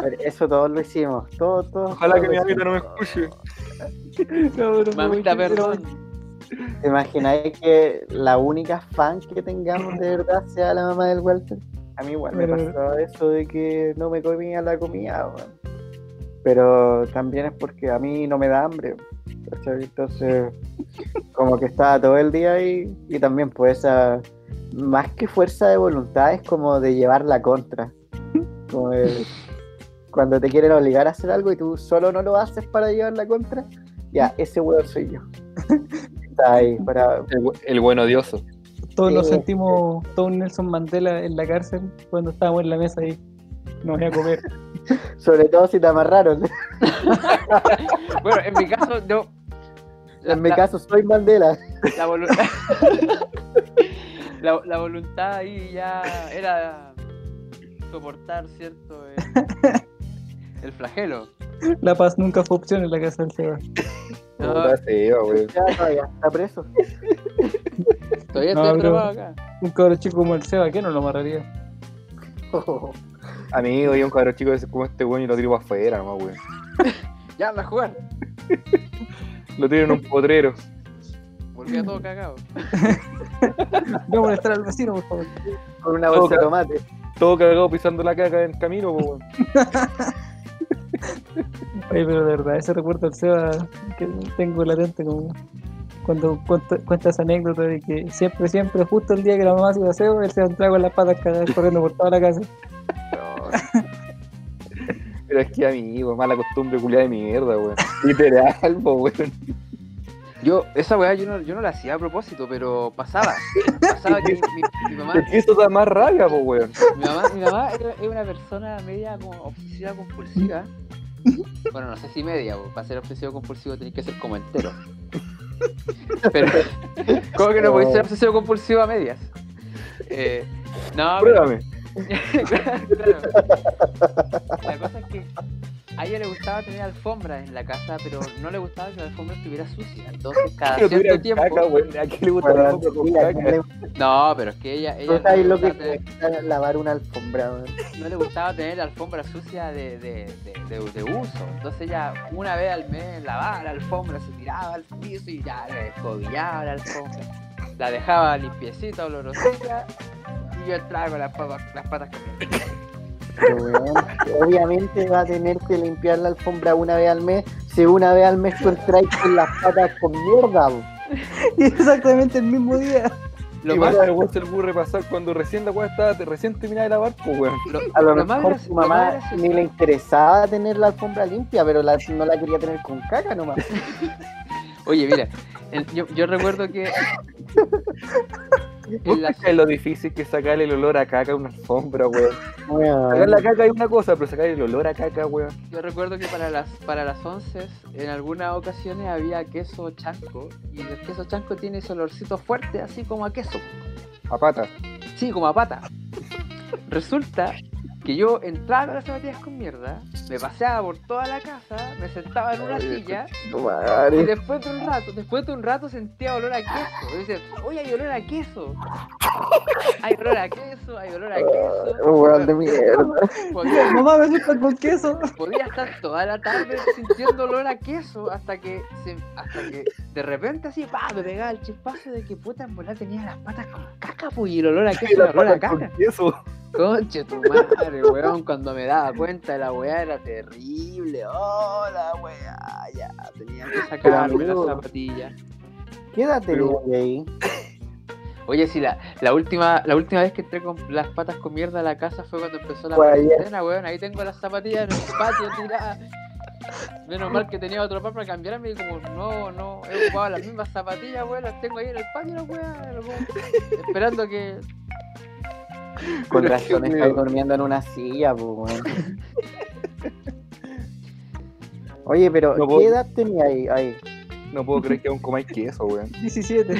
Speaker 4: Pero Eso todos lo hicimos. Todo, todo,
Speaker 3: Ojalá
Speaker 4: todo
Speaker 3: que mi
Speaker 4: lo
Speaker 3: mamita
Speaker 4: hicimos.
Speaker 3: no me escuche.
Speaker 5: No, pero fue muy
Speaker 2: Mamita,
Speaker 5: triste, era muy
Speaker 2: perdón.
Speaker 4: [laughs] ¿Te imagináis que la única fan que tengamos de verdad sea la mamá del Walter? A mí igual me
Speaker 5: Pero-
Speaker 4: pasó eso de que no me comía la comida, weón. Pero también es porque a mí no me da hambre, ¿cachai? Entonces, como que estaba todo el día ahí y también pues esa, más que fuerza de voluntad es como de llevar la contra. Como de- cuando te quieren obligar a hacer algo y tú solo no lo haces para llevar la contra, ya, ese weón soy yo. [laughs] Está ahí, para,
Speaker 3: El, bu- el buen odioso.
Speaker 5: Todos nos
Speaker 4: Sí.
Speaker 5: sentimos, todo un Nelson Mandela en la cárcel cuando estábamos en la mesa ahí. Nos voy a comer.
Speaker 4: sobre todo si te amarraron.
Speaker 2: Bueno, en mi caso, yo. la-
Speaker 4: En mi
Speaker 2: la-
Speaker 4: caso, soy Mandela.
Speaker 2: la, volu- [laughs] la, la voluntad ahí ya era soportar, ¿cierto? El, el flagelo.
Speaker 5: La paz nunca fue opción en la casa del Seba.
Speaker 2: No,
Speaker 3: Puta, sí, weón.
Speaker 4: Ya, no, ya está [laughs] preso.
Speaker 2: todavía
Speaker 5: No,
Speaker 2: estoy
Speaker 5: bro.
Speaker 2: atrapado acá.
Speaker 5: Un cabro chico como el Seba, ¿qué no lo amarraría?
Speaker 3: Amigo, y un cabrón chico es como este weón y lo tiro para afuera,
Speaker 2: [laughs]
Speaker 3: nomás, weón.
Speaker 2: Ya anda a jugar.
Speaker 3: Lo tiro en un potrero.
Speaker 2: Volví a todo cagado.
Speaker 5: No molestar al vecino, por favor.
Speaker 4: Con una
Speaker 3: Todo
Speaker 4: bolsa de
Speaker 3: ca-
Speaker 4: tomate.
Speaker 3: todo cagado pisando la caca en el camino, po, weón.
Speaker 5: Oye, pero de verdad, ese recuerdo al Seba que tengo latente como cuando cuento- cuenta esa anécdota de que siempre, siempre, justo el día que la mamá se iba a Seba, él se entraba con las patas cagadas corriendo por toda la casa. [laughs]
Speaker 3: Pero es que amigo, mala costumbre culiada de mierda, weón. Literal, po, weón.
Speaker 2: Yo, esa weá yo no, yo no la hacía a propósito, pero
Speaker 3: [laughs]
Speaker 2: pasaba. Pasaba que mi, mi mamá,
Speaker 3: Es que eso da más rabia, po, weón.
Speaker 2: mi mamá, mi mamá era- es una persona media como obsesiva compulsiva. Bueno, no sé si media, po, para ser obsesivo compulsivo tenés que ser como entero. Pero, [laughs] ¿cómo que no podés ser obsesivo compulsivo a medias? Eh, no, pero-
Speaker 3: Pruébame.
Speaker 2: [laughs] Claro. La cosa es que a ella le gustaba tener alfombras en la casa, pero no le gustaba que la alfombra estuviera sucia. Entonces, cada
Speaker 3: Pero
Speaker 2: cierto
Speaker 3: tuviera
Speaker 2: tiempo.
Speaker 3: caca, weón. ¿A quién le gusta la
Speaker 4: Bueno,
Speaker 3: alfombra con
Speaker 4: mira,
Speaker 3: caca?
Speaker 4: no
Speaker 2: No, pero es que ella. ella
Speaker 4: le- no sabes
Speaker 2: le
Speaker 4: Pues lo que
Speaker 2: gustaba tener-
Speaker 4: cuesta lavar una alfombra, weón.
Speaker 2: no le gustaba tener la alfombra sucia de, de, de, de- de uso. Entonces ella una vez al mes lavaba la alfombra, se tiraba al piso y ya le escobillaba la alfombra. La dejaba limpiecita, olorosita. Y yo entraba con las patas, las patas calientes.
Speaker 4: Pero, weón, obviamente va a tener que limpiar la alfombra una vez al mes. Si una vez al mes tú entras con las patas con mierda, weón.
Speaker 5: Y exactamente el mismo día.
Speaker 2: Lo
Speaker 3: Y
Speaker 2: más,
Speaker 3: bueno, el weón se le pudo repasar cuando recién la weá estaba te- recién terminada de lavar, po, weón.
Speaker 2: lo,
Speaker 4: A lo,
Speaker 2: lo más
Speaker 4: mejor
Speaker 2: graci-
Speaker 4: su
Speaker 2: lo más
Speaker 4: mamá
Speaker 2: gracioso-
Speaker 4: ni le interesaba tener la alfombra limpia, pero la- no la quería tener con caca nomás.
Speaker 2: Oye, mira, el- yo, yo recuerdo que. en la-
Speaker 3: Es lo difícil que es sacarle el olor a caca a una alfombra,
Speaker 2: [laughs]
Speaker 3: weón. Sacar
Speaker 4: Weón.
Speaker 3: la caca es una cosa, pero sacar el olor a caca, weón.
Speaker 2: yo recuerdo que para las para las 11 en algunas ocasiones había queso chanco y el queso chanco tiene ese olorcito fuerte así como a queso,
Speaker 3: A pata.
Speaker 2: sí, como a pata. Resulta que yo entraba con las zapatillas con mierda, me paseaba por toda la casa, me sentaba en una silla Y después de un rato, después de un rato sentía olor a queso. Y decía, oye, hay olor a queso. Hay olor a queso, hay olor a queso.
Speaker 4: Weón de mierda.
Speaker 2: [laughs] podía,
Speaker 5: Mamá me asusta con queso.
Speaker 2: podía estar toda la tarde sintiendo olor a queso hasta que, se- hasta que de repente así, pa, me pegaba el chispazo de que puta en volar tenía las patas con caca, pues, y el olor a queso, era olor a
Speaker 3: Con
Speaker 2: caca.
Speaker 3: queso.
Speaker 2: Conche tu madre, weón, cuando me daba cuenta la weá era terrible. Oh, la weá, ya, tenía que sacarme las
Speaker 4: amigo.
Speaker 2: zapatillas.
Speaker 4: ¿Qué edad tenía
Speaker 3: Pero-
Speaker 4: ahí?
Speaker 2: Oye, sí, la, la última la última vez que entré con las patas con mierda a la casa fue cuando empezó la
Speaker 4: Fue ayer.
Speaker 2: cuarentena, weón. Ahí tengo las zapatillas en el patio tiradas. Menos mal que tenía otro par para cambiarme y como, no, no, he ocupado las mismas zapatillas, weón. Las tengo ahí en el patio, las weón. como- Esperando que...
Speaker 4: Con
Speaker 3: Pero-
Speaker 4: razón, estáis durmiendo en una silla, po, weón. Oye, pero
Speaker 3: No
Speaker 4: ¿qué
Speaker 3: puedo-
Speaker 4: edad tenía ahí? ahí?
Speaker 3: No puedo creer que aún comáis queso, weón.
Speaker 5: 17.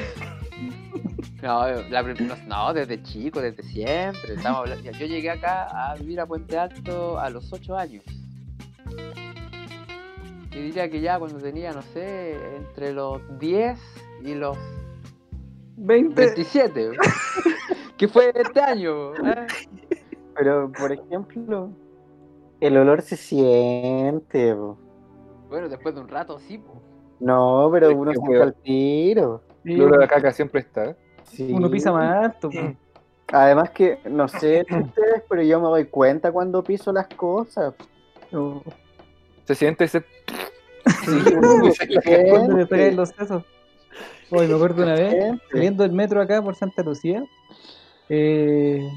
Speaker 2: No, la prim- no, no, desde chico, desde siempre. Estamos hablando- Yo llegué acá a vivir a Puente Alto a los 8 años. Y diría que ya cuando tenía, no sé, entre los 10 y los
Speaker 5: 20.
Speaker 2: 27. [laughs] que fue este año. ¿eh?
Speaker 4: Pero, por ejemplo, el olor se siente, po.
Speaker 2: Bueno, después de un rato sí. po.
Speaker 4: No,
Speaker 3: Es
Speaker 4: pero uno
Speaker 3: que,
Speaker 4: se
Speaker 3: weón.
Speaker 4: al tiro.
Speaker 5: Sí,
Speaker 3: El olor a la caca siempre está. ¿eh?
Speaker 4: Sí.
Speaker 5: uno pisa más alto. po.
Speaker 4: Además que, no sé ustedes, pero yo me doy cuenta cuando piso las cosas.
Speaker 5: O
Speaker 3: Se siente ese. Uh,
Speaker 5: Cuando me
Speaker 4: Gente,
Speaker 5: pegáis los sesos. Hoy me acuerdo una vez.
Speaker 4: gente.
Speaker 5: saliendo del metro acá por Santa Lucía, eh,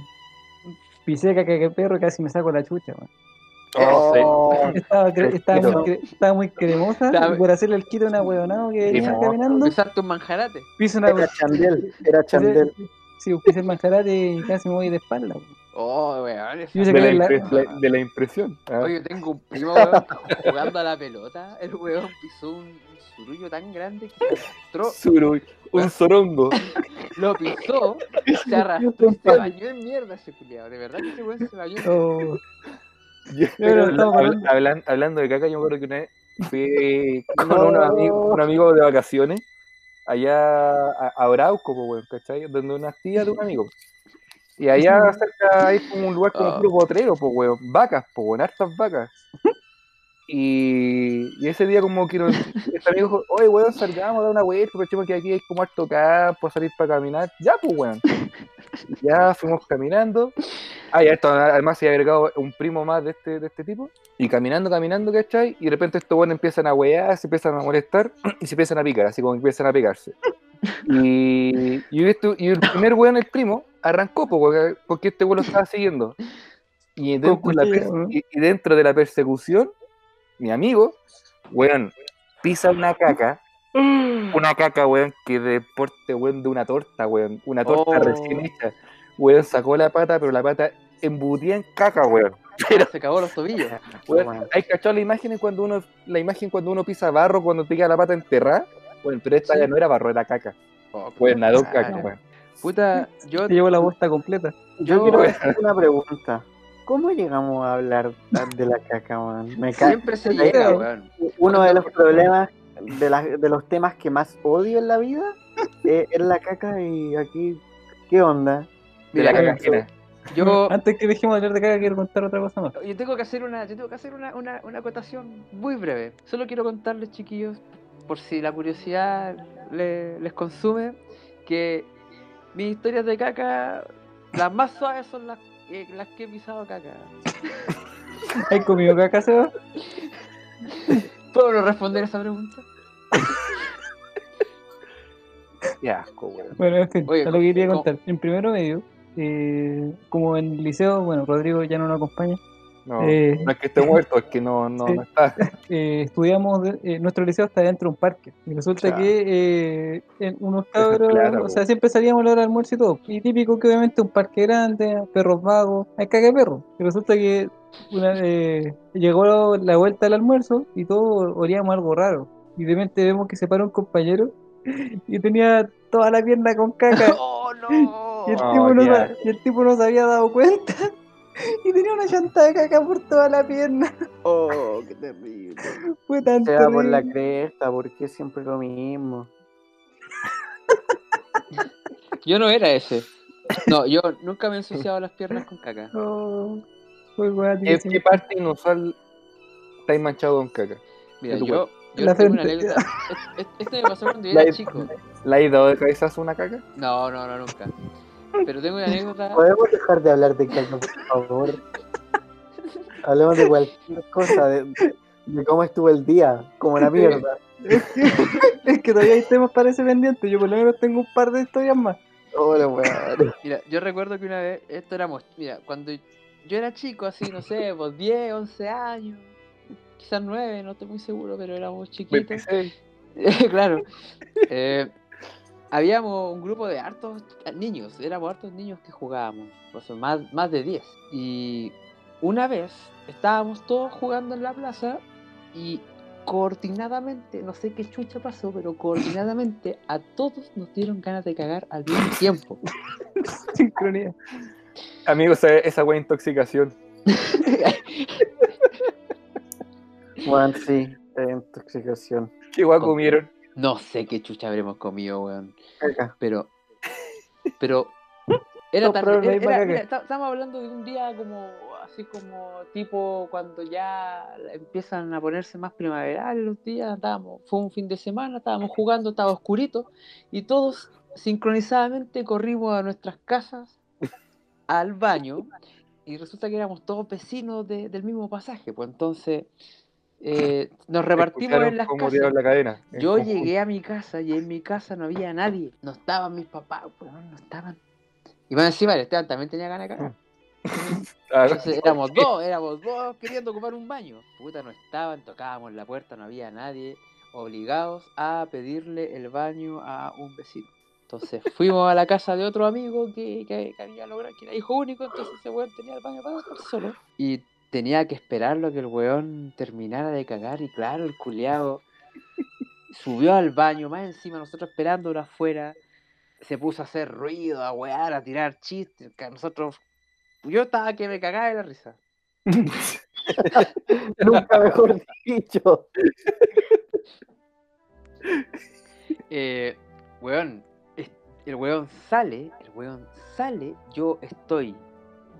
Speaker 5: pisé caca que perro y casi me saco la chucha. weón.
Speaker 4: Oh,
Speaker 5: Estaba, cre-
Speaker 4: Te
Speaker 5: estaba,
Speaker 4: quiero.
Speaker 5: muy, cre- estaba muy cremosa
Speaker 2: Estaba-
Speaker 5: y por hacerle el quito a una huevonada que venía
Speaker 3: Cremoso.
Speaker 5: caminando,
Speaker 2: Usaste un manjarate.
Speaker 5: piso una
Speaker 4: Era chandel, era chandel.
Speaker 5: Sí, pisé el manjarate y casi me voy de espalda. weón.
Speaker 2: Oh, weón. esa-
Speaker 5: Yo sé
Speaker 3: De
Speaker 5: que
Speaker 3: la,
Speaker 5: es la-
Speaker 3: impre- la- de la impresión. ¿ah?
Speaker 2: Oye, tengo un primo, weón, que jugando a la pelota. El weón pisó un, un surullo tan grande que se arrastró
Speaker 3: Suru- un [laughs] sorongo.
Speaker 2: lo pisó, se arrastró, y se bañó en mierda ese culiado. De verdad que ese weón se bañó en
Speaker 5: O-
Speaker 3: Yo-
Speaker 5: Pero
Speaker 3: hablan-
Speaker 5: estamos hablando-
Speaker 3: hablan- hablando de caca, yo me acuerdo que una vez fui con
Speaker 4: No.
Speaker 5: [laughs] Oh.
Speaker 3: un, amigo, un amigo de vacaciones allá a, a Arauco, po, weón, ¿cachai? Donde una tía de un amigo. Y allá cerca hay como un lugar como
Speaker 2: Ah.
Speaker 3: puro potrero, po, weón. Vacas, po, weón, hartas vacas. Y, y ese día como que nos, este amigo dijo, oye, weón, salgamos a dar una vuelta, pero chimo que aquí hay como harto campo, salir para caminar. Ya, pues, weón. Ya fuimos caminando Ah, ya esto, además se ha agregado un primo más de este, de este tipo. Y caminando, caminando, ¿cachai? Y de repente estos buenos empiezan a wear, se empiezan a molestar y se empiezan a picar, así como que empiezan a pegarse. Y, y, esto- y el primer weón, el primo, arrancó po, porque, porque este weón lo estaba siguiendo. Y dentro, de la,
Speaker 5: cuchillo,
Speaker 3: perse-
Speaker 5: ¿no?
Speaker 3: y- y dentro de la persecución, mi amigo, weón, pisa una caca. Una caca, weón, que de porte, weón, de una torta, weón. Una torta
Speaker 2: Oh.
Speaker 3: recién hecha. Weón, sacó la pata, pero la pata embutía en caca, weón. Pero,
Speaker 2: Se cagó los tobillos.
Speaker 3: weón, ¿hay cachado la imagen en cuando uno, la imagen cuando uno pisa barro, cuando te queda la pata enterrada? Weón, pero esta
Speaker 2: Sí.
Speaker 3: ya no era barro, era caca.
Speaker 2: Oh,
Speaker 3: Weón, nadó en caca,
Speaker 2: madre.
Speaker 3: weón.
Speaker 2: Puta, yo,
Speaker 5: Te llevo la bosta completa.
Speaker 4: Yo
Speaker 2: Yo-
Speaker 4: quiero hacer una pregunta. ¿Cómo llegamos a hablar tan de la caca, man? Me ca-
Speaker 2: siempre se llega, weón.
Speaker 4: Uno de los problemas, de, las- de los temas que más odio en la vida, eh, es la caca y aquí, ¿qué onda?
Speaker 3: De la
Speaker 2: Mira,
Speaker 3: caca ajena.
Speaker 2: Yo,
Speaker 5: Antes que dejemos de hablar de caca, quiero contar otra cosa más.
Speaker 2: yo tengo que hacer una, yo tengo que hacer una, una, una acotación muy breve. Solo quiero contarles, chiquillos, por si la curiosidad le- les consume, que mis historias de caca, las más suaves son las, eh, las que he pisado caca.
Speaker 5: ¿Hay comido caca, Seba?
Speaker 2: ¿Puedo no responder esa pregunta?
Speaker 3: Qué asco, weón.
Speaker 5: Bueno, en fin,
Speaker 2: Oye,
Speaker 5: a lo que quería
Speaker 2: ¿cómo?
Speaker 5: contar. En primero medio, eh, como en el liceo, bueno, Rodrigo ya no nos acompaña,
Speaker 3: No,
Speaker 5: Eh.
Speaker 3: no es que esté muerto, es que no, no, no está.
Speaker 5: eh, estudiamos, de- eh, nuestro liceo está dentro de un parque. Y resulta
Speaker 3: Ya.
Speaker 5: que eh, en unos
Speaker 3: Esa es
Speaker 5: cabros,
Speaker 3: plata,
Speaker 5: o
Speaker 3: po.
Speaker 5: sea, siempre salíamos a la hora del almuerzo y todo. Y típico que obviamente un parque grande, perros vagos, hay caca de perro. Y resulta que una, eh, llegó la vuelta del almuerzo y todos oríamos algo raro. Y de repente vemos que se para un compañero [laughs] y tenía toda la pierna con caca.
Speaker 2: ¡Oh, no!
Speaker 5: Y el,
Speaker 3: Oh,
Speaker 5: tipo no
Speaker 3: ya.
Speaker 5: sa- y el tipo no se había dado cuenta. [laughs] Y tenía una llanta de caca por toda la pierna.
Speaker 4: Oh, qué terrible.
Speaker 5: Fue tan
Speaker 4: Se va por la
Speaker 5: terrible.
Speaker 4: cresta, porque siempre lo mismo?
Speaker 2: [laughs] Yo no era ese. No, yo nunca me he ensuciado las piernas con caca.
Speaker 5: Oh, fue guático,
Speaker 3: ¿Qué,
Speaker 5: sí.
Speaker 3: qué parte inusual estáis manchado con caca?
Speaker 2: Mira,
Speaker 3: En tu
Speaker 2: yo, yo
Speaker 5: La
Speaker 2: tengo una
Speaker 5: frente.
Speaker 2: anécdota. Es- es- Este me pasó cuando yo era
Speaker 3: La-
Speaker 2: chico.
Speaker 3: ¿La has dado de cabezazo una caca?
Speaker 2: No, no, no, nunca. Pero tengo una anécdota.
Speaker 4: ¿Podemos dejar de hablar de caca, por favor? Hablemos de cualquier cosa, de, de cómo estuvo el día, como una mierda.
Speaker 5: Es que todavía hay temas para ese pendiente. Yo por lo menos tengo un par de historias más.
Speaker 4: Oh, la weá.
Speaker 2: Mira, yo recuerdo que una vez, esto éramos, mira, cuando yo era chico, así, no sé, pues 10, 11 años, quizás 9, no estoy muy seguro, pero éramos chiquitos. [laughs] claro. Eh, habíamos un grupo de hartos niños, éramos hartos niños que jugábamos, o sea, más, más de 10. Y una vez estábamos todos jugando en la plaza y coordinadamente, no sé qué chucha pasó, pero coordinadamente a todos nos dieron ganas de cagar al mismo tiempo.
Speaker 5: Sincronía.
Speaker 3: Amigo, esa, esa wea intoxicación.
Speaker 4: Bueno, sí, eh, intoxicación.
Speaker 3: ¿Qué wea
Speaker 2: Con-
Speaker 3: comieron?
Speaker 2: No sé qué chucha habremos comido, weón.
Speaker 4: Caca.
Speaker 3: [laughs]
Speaker 2: Pero. Pero. Era
Speaker 5: No,
Speaker 2: tan.
Speaker 5: pero no hay
Speaker 2: era-
Speaker 5: para
Speaker 2: era-
Speaker 5: qué.
Speaker 2: mira, está- estamos hablando de un día como. Así como tipo cuando ya empiezan a ponerse más primaverales los días. Estábamos, fue un fin de semana, estábamos jugando, estaba oscurito. Y todos sincronizadamente corrimos a nuestras casas, al baño. Y resulta que éramos todos vecinos de- del mismo pasaje. Pues entonces. eh, nos repartimos en
Speaker 3: Escucharon
Speaker 2: las
Speaker 3: cómo
Speaker 2: casas.
Speaker 3: tiraron la cadena. En
Speaker 2: Yo
Speaker 3: conjunto.
Speaker 2: llegué a mi casa y en mi casa no había nadie. No estaban mis papás, weón, no estaban. Y más encima el Esteban también tenía ganas de cagar.
Speaker 3: Ah,
Speaker 2: Entonces éramos dos, éramos dos queriendo ocupar un baño. Puta, no estaban, tocábamos la puerta, no había nadie. Obligados a pedirle el baño a un vecino. Entonces fuimos a la casa de otro amigo que, que- que había logrado, que era hijo único, entonces ese weón tenía el baño para estar solo. Y tenía que esperarlo a que el weón terminara de cagar y claro, el culiado subió al baño, más encima nosotros esperándolo afuera, se puso a hacer ruido, a wear, a tirar chistes, que a nosotros yo estaba que me cagaba de la risa.
Speaker 4: Nunca mejor dicho.
Speaker 2: Eh, weón, es- el weón sale, el weón sale, yo estoy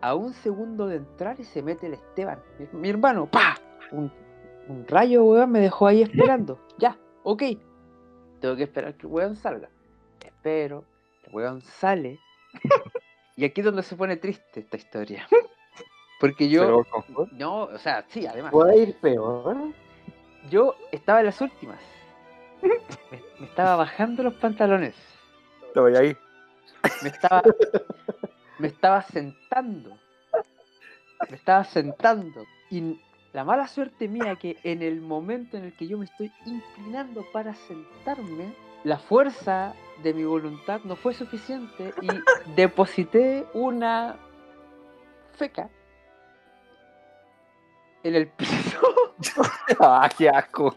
Speaker 2: a un segundo de entrar y se mete el Esteban. Mi, mi hermano, pa, un, un rayo, weón, me dejó ahí esperando. Ya, ok. Tengo que esperar que el weón salga. Espero, el weón sale. Y aquí es donde se pone triste esta historia. Porque yo.
Speaker 3: Pero con Ford.
Speaker 2: No, o sea, sí, además.
Speaker 4: ¿Puede ir peor?
Speaker 2: Yo estaba en las últimas. Me, me estaba bajando los pantalones.
Speaker 3: Lo veía ahí. [laughs]
Speaker 2: Me estaba. Me estaba sentando. Me estaba sentando. Y la mala suerte mía que en el momento en el que yo me estoy inclinando para sentarme, la fuerza de mi voluntad no fue suficiente y deposité una feca en el piso.
Speaker 3: Ah, qué asco.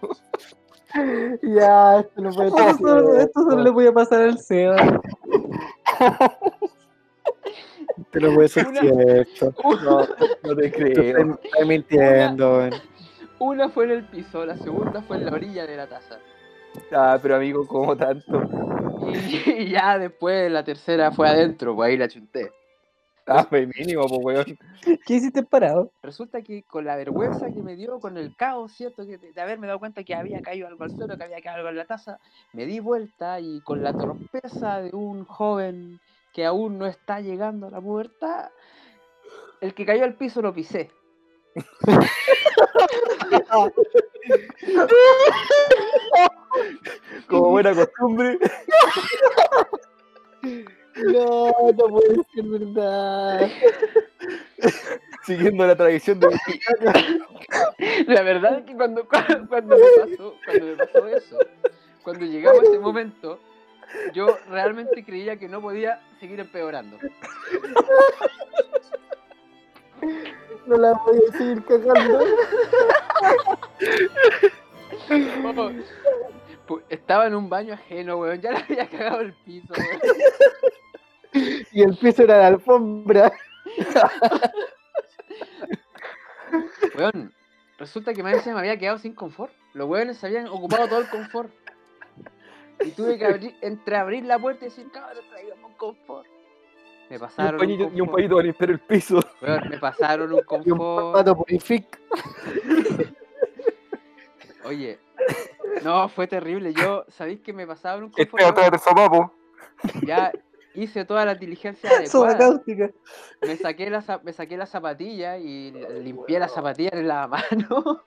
Speaker 4: Ya, esto no puede ser.
Speaker 5: [laughs] Esto, esto solo le voy a pasar al Seba.
Speaker 4: Esto no puede ser
Speaker 2: [laughs] Una-
Speaker 4: cierto.
Speaker 3: No, no te creo.
Speaker 4: Estoy, estoy mintiendo. weón.
Speaker 2: Una fue en el piso, la segunda fue en la orilla de la taza.
Speaker 3: Ah, pero amigo, ¿cómo tanto?
Speaker 2: Y, [laughs] y ya después la tercera fue adentro, pues ahí la chunté.
Speaker 3: Ah, pues mínimo, pues weón.
Speaker 5: ¿Qué hiciste parado?
Speaker 2: Resulta que con la vergüenza que me dio, con el caos, ¿cierto? Que de, de haberme dado cuenta que había caído algo al suelo, que había caído algo en la taza, me di vuelta y con la torpeza de un joven que aún no está llegando a la pubertad, el que cayó al piso lo pisé.
Speaker 3: Como buena
Speaker 5: [laughs]
Speaker 3: costumbre.
Speaker 4: No, no puede ser verdad.
Speaker 3: Siguiendo la tradición de
Speaker 5: Este
Speaker 2: La verdad es que cuando, [laughs] cu- cuando, me pasó, cuando me pasó eso, cuando llegaba ese momento, yo realmente creía que no podía seguir empeorando.
Speaker 4: No la voy a seguir cagando.
Speaker 2: Oh, pu- Estaba en un baño ajeno, weón. Ya le había cagado el piso, weón.
Speaker 4: Y el piso era la alfombra.
Speaker 2: Weón, resulta que más se me había quedado sin confort. Los weones se habían ocupado todo el confort. Y tuve que abrir, entreabrir la puerta y decir, cabrón, traigamos un confort. Me
Speaker 3: y un
Speaker 2: pasaron
Speaker 3: pañito,
Speaker 2: un
Speaker 3: y un
Speaker 2: confort.
Speaker 3: pañito para limpiar el piso.
Speaker 2: Weón, me pasaron un
Speaker 4: Y un
Speaker 2: confort.
Speaker 4: pato purific.
Speaker 2: Oye, no, fue terrible. Yo, ¿sabéis que me pasaron un confort?
Speaker 3: Espera,
Speaker 2: weón?
Speaker 3: tráete sopapo.
Speaker 2: Ya hice todas las diligencias
Speaker 5: [laughs] Soda
Speaker 2: adecuadas.
Speaker 5: cáustica.
Speaker 2: Me saqué la, za- me saqué la zapatilla y la- limpié la zapatilla en la [laughs] mano.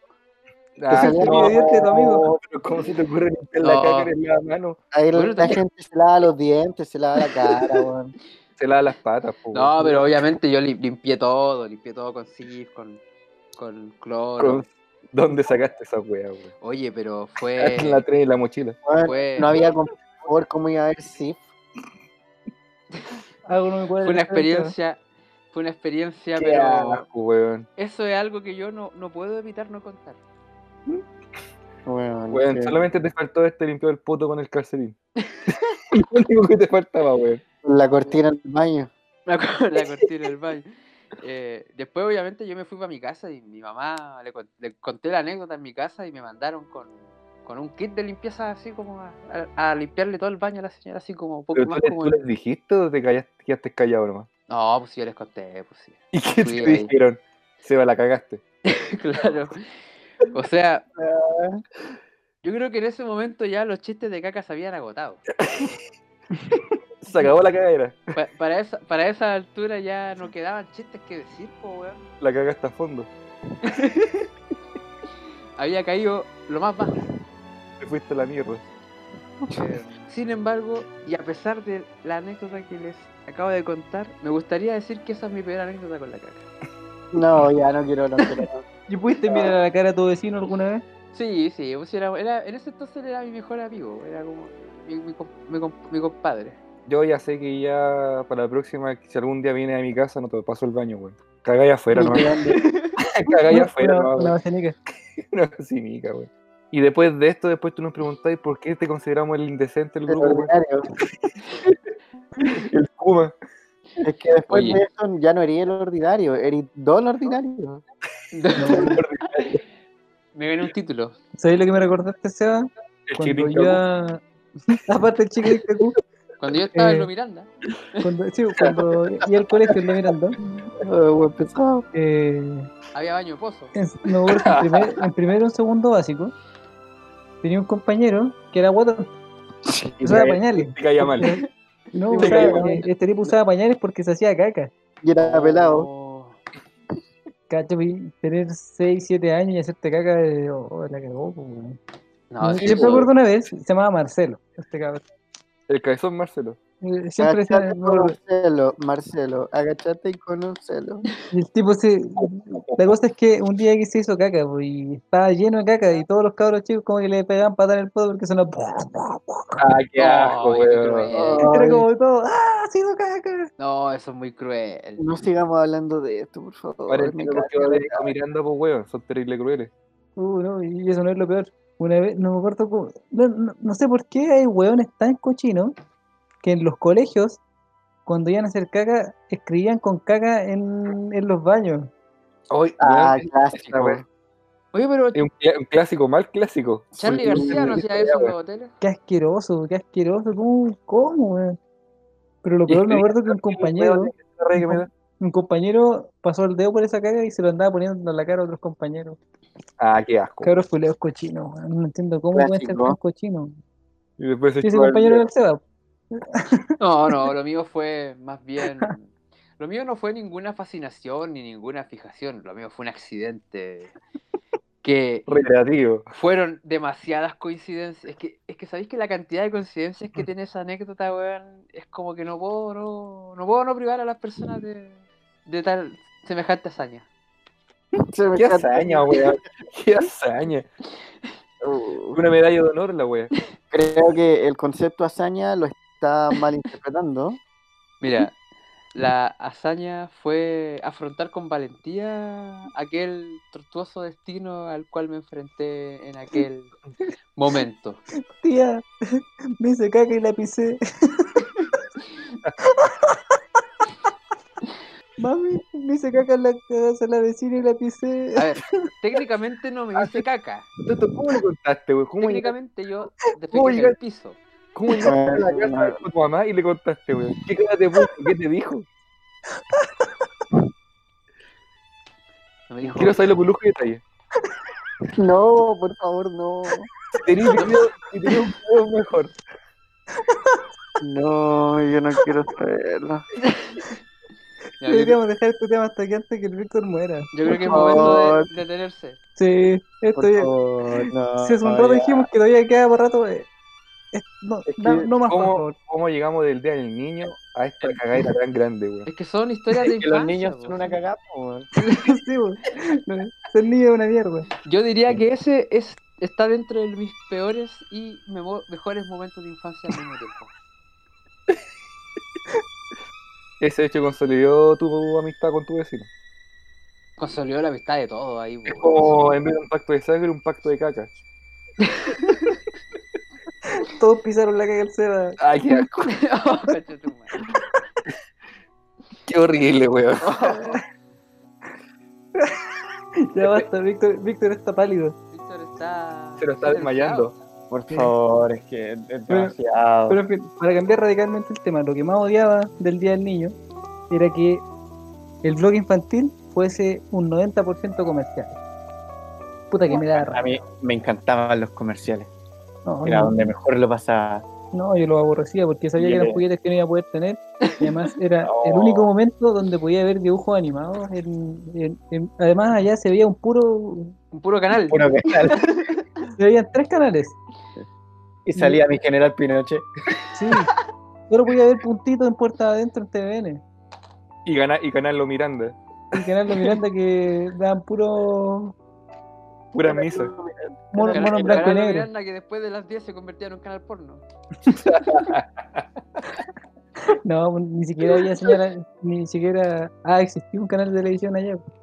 Speaker 5: es el cepillo de dientes de este tu amigo.
Speaker 3: Ah, pero ¿cómo se te ocurre limpiar la
Speaker 2: No.
Speaker 3: caca en la mano?
Speaker 4: Ahí
Speaker 2: Bueno,
Speaker 4: la
Speaker 2: también-
Speaker 4: gente se lava los dientes, se lava la cara, weón.
Speaker 3: Se lava las patas, po.
Speaker 2: No, pero obviamente yo li- limpié todo, limpié todo con sif, con, con cloro.
Speaker 3: Con- ¿Dónde sacaste esa wea, weón?
Speaker 2: Oye, pero
Speaker 3: En la
Speaker 2: fue,
Speaker 3: tren y la mochila.
Speaker 4: Weón,
Speaker 2: fue,
Speaker 4: No había confort, ¿cómo iba a haber sí?
Speaker 5: Algo no Ah, me cuadra.
Speaker 2: fue una
Speaker 5: en esta letra.
Speaker 2: experiencia, fue una experiencia,
Speaker 3: Qué
Speaker 2: pero
Speaker 3: asco, Ah, weón.
Speaker 2: eso es algo que yo no, no puedo evitar no contar.
Speaker 4: Weón,
Speaker 3: Weón,
Speaker 4: que-
Speaker 3: solamente te faltó este limpió el poto con el calcetín. [laughs] Lo único que te faltaba, weón.
Speaker 4: La cortina en el baño.
Speaker 2: Me acuerdo
Speaker 3: [laughs]
Speaker 2: de [laughs] la cortina del baño. Eh, después, obviamente, yo me fui para mi casa y mi mamá le, con- le conté la anécdota en mi casa y me mandaron con, con un kit de limpieza así como a, a- a limpiarle todo el baño a la señora, así como poco
Speaker 3: ¿Pero tú,
Speaker 2: más
Speaker 3: le-
Speaker 2: como.
Speaker 3: tú les dijiste o te callaste, quedaste callado nomás? [laughs]
Speaker 2: No, pues sí, yo les conté, pues sí. [laughs]
Speaker 3: ¿Y qué
Speaker 2: Fui
Speaker 3: te
Speaker 2: ahí.
Speaker 3: dijeron? Seba, la cagaste.
Speaker 2: Claro. O
Speaker 3: [laughs]
Speaker 2: sea, yo creo que en ese momento ya los chistes de caca se habían agotado.
Speaker 3: Se acabó la cagadera.
Speaker 2: Pa- para, esa, para esa altura ya no quedaban chistes que decir, po, weón.
Speaker 3: La cagaste a fondo.
Speaker 2: Había caído lo más bajo.
Speaker 3: Te fuiste a la mierda.
Speaker 2: Sin embargo, y a pesar de la anécdota que les acabo de contar, me gustaría decir que esa es mi peor anécdota con la caca.
Speaker 4: No, ya no quiero,
Speaker 2: [laughs]
Speaker 4: no quiero.
Speaker 5: ¿Y pudiste mirar a la cara a tu vecino alguna vez?
Speaker 2: Sí, sí, pues era, era- en ese entonces era mi mejor amigo, era como mi, mi comp- mi comp- mi compadre.
Speaker 3: Yo ya sé que ya para la próxima, si algún día vienes a mi casa, no te paso el baño, weón. Cagáis afuera,
Speaker 4: Ni
Speaker 3: no.
Speaker 4: cagando.
Speaker 3: Cagáis
Speaker 5: [laughs] Una-
Speaker 3: afuera,
Speaker 5: una-
Speaker 3: no.
Speaker 5: Una
Speaker 3: weón.
Speaker 5: basenica.
Speaker 3: [laughs] Una cínica, weón. Y después de esto, después tú nos preguntáis por qué te consideramos el indecente del grupo, weón.
Speaker 4: Ordinario.
Speaker 3: El Kuma.
Speaker 4: Es que después
Speaker 2: Oye.
Speaker 4: de eso ya no herí el ordinario, herí dos ordinarios.
Speaker 2: me gané un título.
Speaker 5: ¿Sabéis lo que me recordaste, Seba?
Speaker 3: El
Speaker 5: Cuando
Speaker 3: chiringo.
Speaker 5: yo a- [laughs] Aparte el chico de Cacú,
Speaker 2: Cuando yo estaba en
Speaker 5: Eh.
Speaker 2: Lo Miranda,
Speaker 5: cuando, sí, cuando iba al colegio en la Miranda,
Speaker 4: Oh, buen pesado.
Speaker 5: eh,
Speaker 2: había baño de pozo.
Speaker 5: en, no, porque en, primer, en primero o segundo básico, tenía un compañero que era guatón,
Speaker 3: Y
Speaker 5: usaba
Speaker 3: te caía-
Speaker 5: pañales.
Speaker 3: te caía mal.
Speaker 5: No,
Speaker 4: Sí,
Speaker 5: usaba
Speaker 4: porque-
Speaker 5: pañales. este tipo usaba pañales porque se hacía caca.
Speaker 4: Y era pelado.
Speaker 2: Oh.
Speaker 5: Cacho, y tener 6, 7 años y hacerte caca, eh, oh, la cagó. po, weón.
Speaker 2: No, sí,
Speaker 5: Yo me
Speaker 2: po.
Speaker 5: acuerdo una vez, se llamaba Marcelo, este cabrón.
Speaker 3: El cabezón Marcelo.
Speaker 5: Eh, Siempre se-
Speaker 4: Agachate
Speaker 5: me
Speaker 4: con
Speaker 5: acuerdo.
Speaker 4: un celo, Marcelo. Agachate y con un celo.
Speaker 5: Y el tipo se. La cosa es que un día que se hizo caca, po, y estaba lleno de caca, y todos los cabros chicos como que le pegaban patada en el podo porque sonaba.
Speaker 3: Ah, qué asco,
Speaker 2: Ay, qué
Speaker 3: weón.
Speaker 2: cruel.
Speaker 5: Era
Speaker 4: Ay.
Speaker 5: como todo, ¡ah! ¡Ha sido caca!
Speaker 2: No, eso es muy cruel.
Speaker 4: No sigamos hablando de esto, por favor.
Speaker 3: Ahora
Speaker 4: me
Speaker 3: entiendo por qué
Speaker 4: carga
Speaker 3: va
Speaker 4: la
Speaker 3: a mirando, pues, weón. Son terribles crueles.
Speaker 5: Uh, no, y eso no es lo peor. Una vez, no me acuerdo cómo- No, no- no sé por qué hay hueones tan cochinos que en los colegios, cuando iban a hacer caca, escribían con caca en, en los baños.
Speaker 3: Hoy,
Speaker 4: Ah,
Speaker 3: weón,
Speaker 4: clásico.
Speaker 3: esta weá.
Speaker 2: Oye, pero
Speaker 3: es un, cla- un clásico, mal clásico.
Speaker 2: Charlie
Speaker 4: sí,
Speaker 2: García no
Speaker 4: sí,
Speaker 2: hacía
Speaker 3: sí,
Speaker 2: eso en
Speaker 3: weón.
Speaker 2: los hoteles.
Speaker 5: Qué asqueroso, qué asqueroso. ¿Cómo? ¿Cómo, weón? Pero lo peor me acuerdo que un compañero.
Speaker 3: Esta rey que me da.
Speaker 5: Un compañero pasó el dedo por esa caga y se lo andaba poniendo en la cara a otros compañeros.
Speaker 3: [laughs] Ah, qué asco.
Speaker 5: Cabros fuleos cochinos, weón. no entiendo cómo pueden ser
Speaker 4: Clásico.
Speaker 5: tan cochinos.
Speaker 3: Y después se
Speaker 5: Y ese
Speaker 3: chupa el-
Speaker 5: compañero era el Seba.
Speaker 2: No, no, lo mío fue más bien. Lo mío no fue ninguna fascinación ni ninguna fijación. Lo mío fue un accidente. Que
Speaker 3: Recreativo.
Speaker 2: fueron demasiadas coincidencias. Es que, es que sabéis que la cantidad de coincidencias que tiene esa anécdota, weón, es como que no puedo no, no puedo no privar a las personas de, de tal semejante hazaña.
Speaker 4: Se me
Speaker 3: Qué
Speaker 4: encanta.
Speaker 3: hazaña, weón. Qué hazaña.
Speaker 4: Uh,
Speaker 3: Una medalla de honor, la weón.
Speaker 4: Creo que el concepto hazaña lo está malinterpretando.
Speaker 2: Mira, la hazaña fue afrontar con valentía aquel tortuoso destino al cual me enfrenté en aquel momento.
Speaker 5: Tía, [laughs] me hice caca y
Speaker 4: [laughs]
Speaker 5: la pisé. Mami, me hice caca en la casa la vecina y la pisé.
Speaker 4: Ah,
Speaker 2: A ver, técnicamente no me hice caca.
Speaker 3: Entonces, ¿Cómo le contaste, weón? ¿Cómo llegaste
Speaker 2: Técnicamente yo
Speaker 3: ¿Cómo
Speaker 2: defequé en el
Speaker 3: llegaste?
Speaker 2: piso.
Speaker 3: cómo llegaste a la casa de tu mamá y le contaste, weón? ¿Qué cara te puso? ¿Qué te dijo?
Speaker 2: No me dijo,
Speaker 3: Quiero saberlo con lujo y detalle.
Speaker 4: No, por favor, no.
Speaker 3: Tenía un video, si tenía un video mejor.
Speaker 4: No, yo no quiero saberlo.
Speaker 2: "Ya, yo, creo-
Speaker 5: Deberíamos dejar este tema hasta que antes que el Víctor muera.
Speaker 2: yo creo que es
Speaker 4: Por
Speaker 2: momento de
Speaker 4: favor.
Speaker 2: de detenerse.
Speaker 5: Sí, esto
Speaker 4: Por
Speaker 5: ya.
Speaker 4: favor, no.
Speaker 5: Si hace un rato
Speaker 4: ya.
Speaker 5: dijimos que todavía queda por rato. eh, es- no,
Speaker 4: Es que,
Speaker 5: na- no más, por
Speaker 3: ¿cómo?
Speaker 5: favor. [laughs]
Speaker 3: ¿Cómo llegamos del día del niño a esta cagadera tan grande, weón?
Speaker 2: Es que son
Speaker 4: [laughs]
Speaker 2: historias de
Speaker 4: Es que los
Speaker 2: infancia,
Speaker 4: niños
Speaker 2: po,
Speaker 4: son una
Speaker 2: sí.
Speaker 4: cagada, po, weón.
Speaker 5: Sí, weón. [laughs] No, Ser niño es una mierda.
Speaker 2: Yo diría que ese es, está dentro de mis peores y memo- mejores momentos de infancia al mismo tiempo.
Speaker 3: Ese hecho consolidó tu amistad con tu vecino.
Speaker 2: Consolidó la amistad de todo ahí. po.
Speaker 3: Es
Speaker 4: Oh,
Speaker 3: como en vez de un pacto de sangre, un pacto de caca.
Speaker 5: Todos pisaron la caga al Seba.
Speaker 3: Ay, qué asco.
Speaker 2: Oh, [laughs] concha tu madre.
Speaker 3: Qué horrible, weón.
Speaker 5: Ya basta, Víctor, Víctor está pálido.
Speaker 2: Víctor está.
Speaker 3: Se lo está desmayando.
Speaker 4: Por favor, es que es demasiado.
Speaker 5: Pero en fin, para cambiar radicalmente el tema, lo que más odiaba del Día del Niño era que el blog infantil fuese un 90% comercial. Puta que me da
Speaker 4: a
Speaker 5: rabia.
Speaker 4: mí me encantaban los comerciales.
Speaker 5: No,
Speaker 4: Era
Speaker 5: Oh, no,
Speaker 4: donde mejor lo pasaba.
Speaker 5: no, yo lo aborrecía porque sabía que
Speaker 4: Yo
Speaker 5: eran
Speaker 4: le-
Speaker 5: juguetes que no iba a poder tener. Y además era el
Speaker 4: [laughs] No.
Speaker 5: único momento donde podía ver dibujos animados. en- en- en- además allá se veía un puro...
Speaker 2: Un puro canal.
Speaker 4: Puro canal.
Speaker 5: Se veían tres canales.
Speaker 4: Y salía mi general Pinochet. [laughs]
Speaker 5: Sí. Solo podía ver puntitos en puerta adentro en TVN.
Speaker 3: Y, gana, y ganarlo Miranda.
Speaker 5: El canal de Miranda que daban puro
Speaker 3: Pura misa.
Speaker 5: mono,
Speaker 2: Canal-
Speaker 5: mono en
Speaker 2: el
Speaker 5: blanco y
Speaker 2: canal de
Speaker 5: negro.
Speaker 2: Miranda que después de las 10 se convertía en un canal porno.
Speaker 5: No, pues, ni siquiera había señal, ni siquiera. Ah, existía un canal de televisión allá. pues.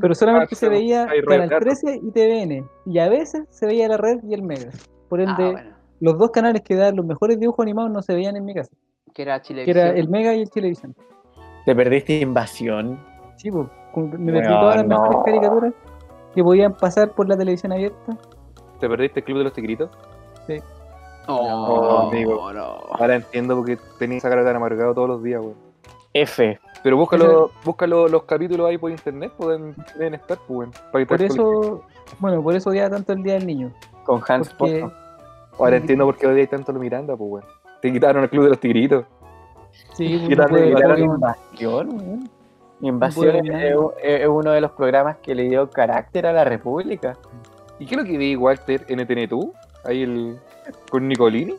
Speaker 5: Pero solamente
Speaker 3: Ah,
Speaker 5: se veía
Speaker 3: hay red,
Speaker 5: Canal
Speaker 3: claro.
Speaker 5: 13 y TVN. Y a veces se veía la red y el Mega. Por
Speaker 2: Ah,
Speaker 5: ende,
Speaker 2: bueno.
Speaker 5: los dos canales que dan los mejores dibujos animados no se veían en mi casa.
Speaker 2: Que era Chile.
Speaker 5: Que
Speaker 2: [laughs]
Speaker 5: era el Mega y el Televisión.
Speaker 4: Te perdiste invasión.
Speaker 5: Sí, pues, como que me
Speaker 4: Weón,
Speaker 5: perdí todas las
Speaker 4: no.
Speaker 5: mejores caricaturas que podían pasar por la televisión abierta.
Speaker 3: ¿Te perdiste el club de los tigritos?
Speaker 2: Oh,
Speaker 3: No, amigo.
Speaker 2: no.
Speaker 3: Ahora entiendo porque tenía esa cara tan amargado todos los días, weón.
Speaker 4: F.
Speaker 3: Pero búscalo, búscalo los capítulos ahí por internet, pueden, deben estar, pues, weón. Para que te
Speaker 5: Por
Speaker 3: des cuenta.
Speaker 5: eso, bueno, por eso odiaba tanto el Día del Niño.
Speaker 4: Con Hans
Speaker 5: Porque
Speaker 4: Pozo.
Speaker 3: Ahora entiendo por qué odias tanto a los Miranda, pues, weón. Te quitaron el club de los tigritos.
Speaker 5: Sí,
Speaker 3: Y
Speaker 5: uno
Speaker 3: la
Speaker 5: puede
Speaker 3: regla
Speaker 5: ver
Speaker 3: era
Speaker 5: Pokémon.
Speaker 4: Invasión, weón. Invasión
Speaker 5: Bueno.
Speaker 4: es, es- es uno de los programas que le dio carácter a la República.
Speaker 3: ¿Y qué es lo que vi, Walter, en E ETN2? Ahí el. con Nicolini.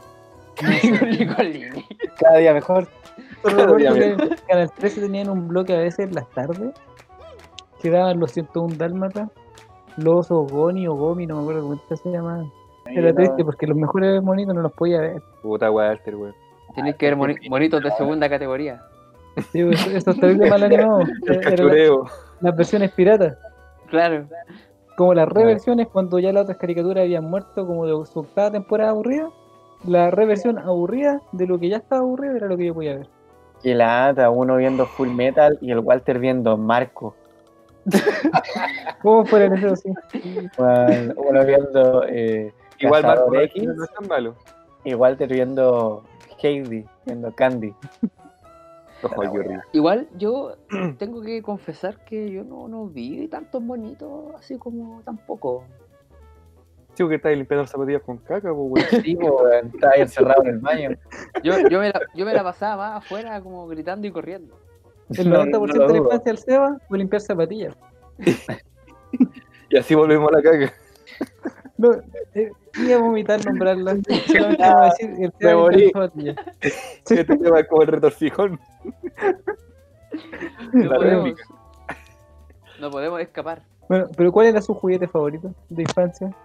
Speaker 2: Nicolini.
Speaker 4: Cada día mejor.
Speaker 5: Solo recuerdo que en Canal 13 tenían un bloque a veces en las tardes que daban los 101 dálmatas, los Ogoni o Gomi, no me acuerdo cómo se llamaban. Era triste porque los mejores monitos no los podía ver.
Speaker 3: Puta Walter, weón.
Speaker 5: Eh,
Speaker 2: Tenéis que ver moni- monitos de segunda categoría.
Speaker 5: Sí, pues, esos terribles mal animados.
Speaker 3: [laughs] El
Speaker 5: Eran la-
Speaker 3: cachureo.
Speaker 5: las versiones piratas.
Speaker 2: Claro.
Speaker 5: Como
Speaker 3: Ah.
Speaker 5: las reversiones cuando ya las otras caricaturas habían muerto como de su octava temporada aburrida. La reversión aburrida de lo que ya estaba aburrido era lo que yo podía ver.
Speaker 4: Qué lata, uno viendo Full Metal y el Walter viendo Marco.
Speaker 5: ¿Cómo fuera
Speaker 4: [laughs]
Speaker 5: eso así?
Speaker 4: Weón, Uno viendo. eh,
Speaker 3: Igual
Speaker 4: Cazador
Speaker 3: Marco
Speaker 4: X.
Speaker 3: no es tan malo.
Speaker 4: y Walter viendo Heidi, viendo Candy.
Speaker 3: Ojo, qué horrible.
Speaker 2: Igual
Speaker 3: [clears throat]
Speaker 2: yo tengo que confesar que yo no, no vi tantos monitos así como tampoco.
Speaker 3: Chico que estáis limpiando las zapatillas con caca, po, weón.
Speaker 4: Sí, weón, estaba ahí encerrado en el baño.
Speaker 2: Yo, yo, me, la, yo me la pasaba más afuera como gritando y corriendo.
Speaker 5: El
Speaker 4: No,
Speaker 5: 90%
Speaker 4: no lo
Speaker 5: de la
Speaker 4: dudo.
Speaker 5: infancia del Seba fue limpiar zapatillas.
Speaker 3: Y así volvemos a la caca.
Speaker 5: No, eh, iba a
Speaker 4: [laughs]
Speaker 5: vomitar nombrarla. Solamente iba a decir el Seba limpiar
Speaker 4: Ah, morí.
Speaker 5: zapatillas.
Speaker 3: Este tema es como el retorcijón.
Speaker 2: No
Speaker 3: La
Speaker 2: podemos,
Speaker 3: réplica.
Speaker 2: no podemos escapar.
Speaker 5: Bueno, pero ¿cuál era su juguete favorito de infancia? [laughs]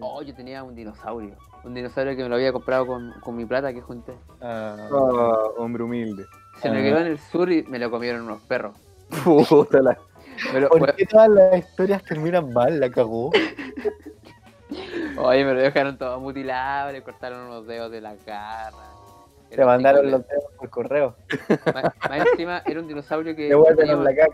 Speaker 2: Oh, yo tenía un dinosaurio. Un dinosaurio que me lo había comprado con, con mi plata que junté.
Speaker 4: Ah,
Speaker 3: Ah, hombre humilde.
Speaker 2: Se me
Speaker 4: Ah.
Speaker 2: quedó en el sur y me lo comieron unos perros.
Speaker 3: Puta la.
Speaker 2: [laughs] Me lo,
Speaker 4: ¿Por qué todas las historias terminan mal? La cagó.
Speaker 2: oye, me lo dejaron todo mutilado, le cortaron unos dedos de la garra. Era
Speaker 4: Te mandaron
Speaker 2: horrible.
Speaker 4: los dedos por correo.
Speaker 2: Más, más encima era un dinosaurio
Speaker 4: [laughs]
Speaker 2: que
Speaker 4: Te
Speaker 2: tenía,
Speaker 4: vuelven la caca.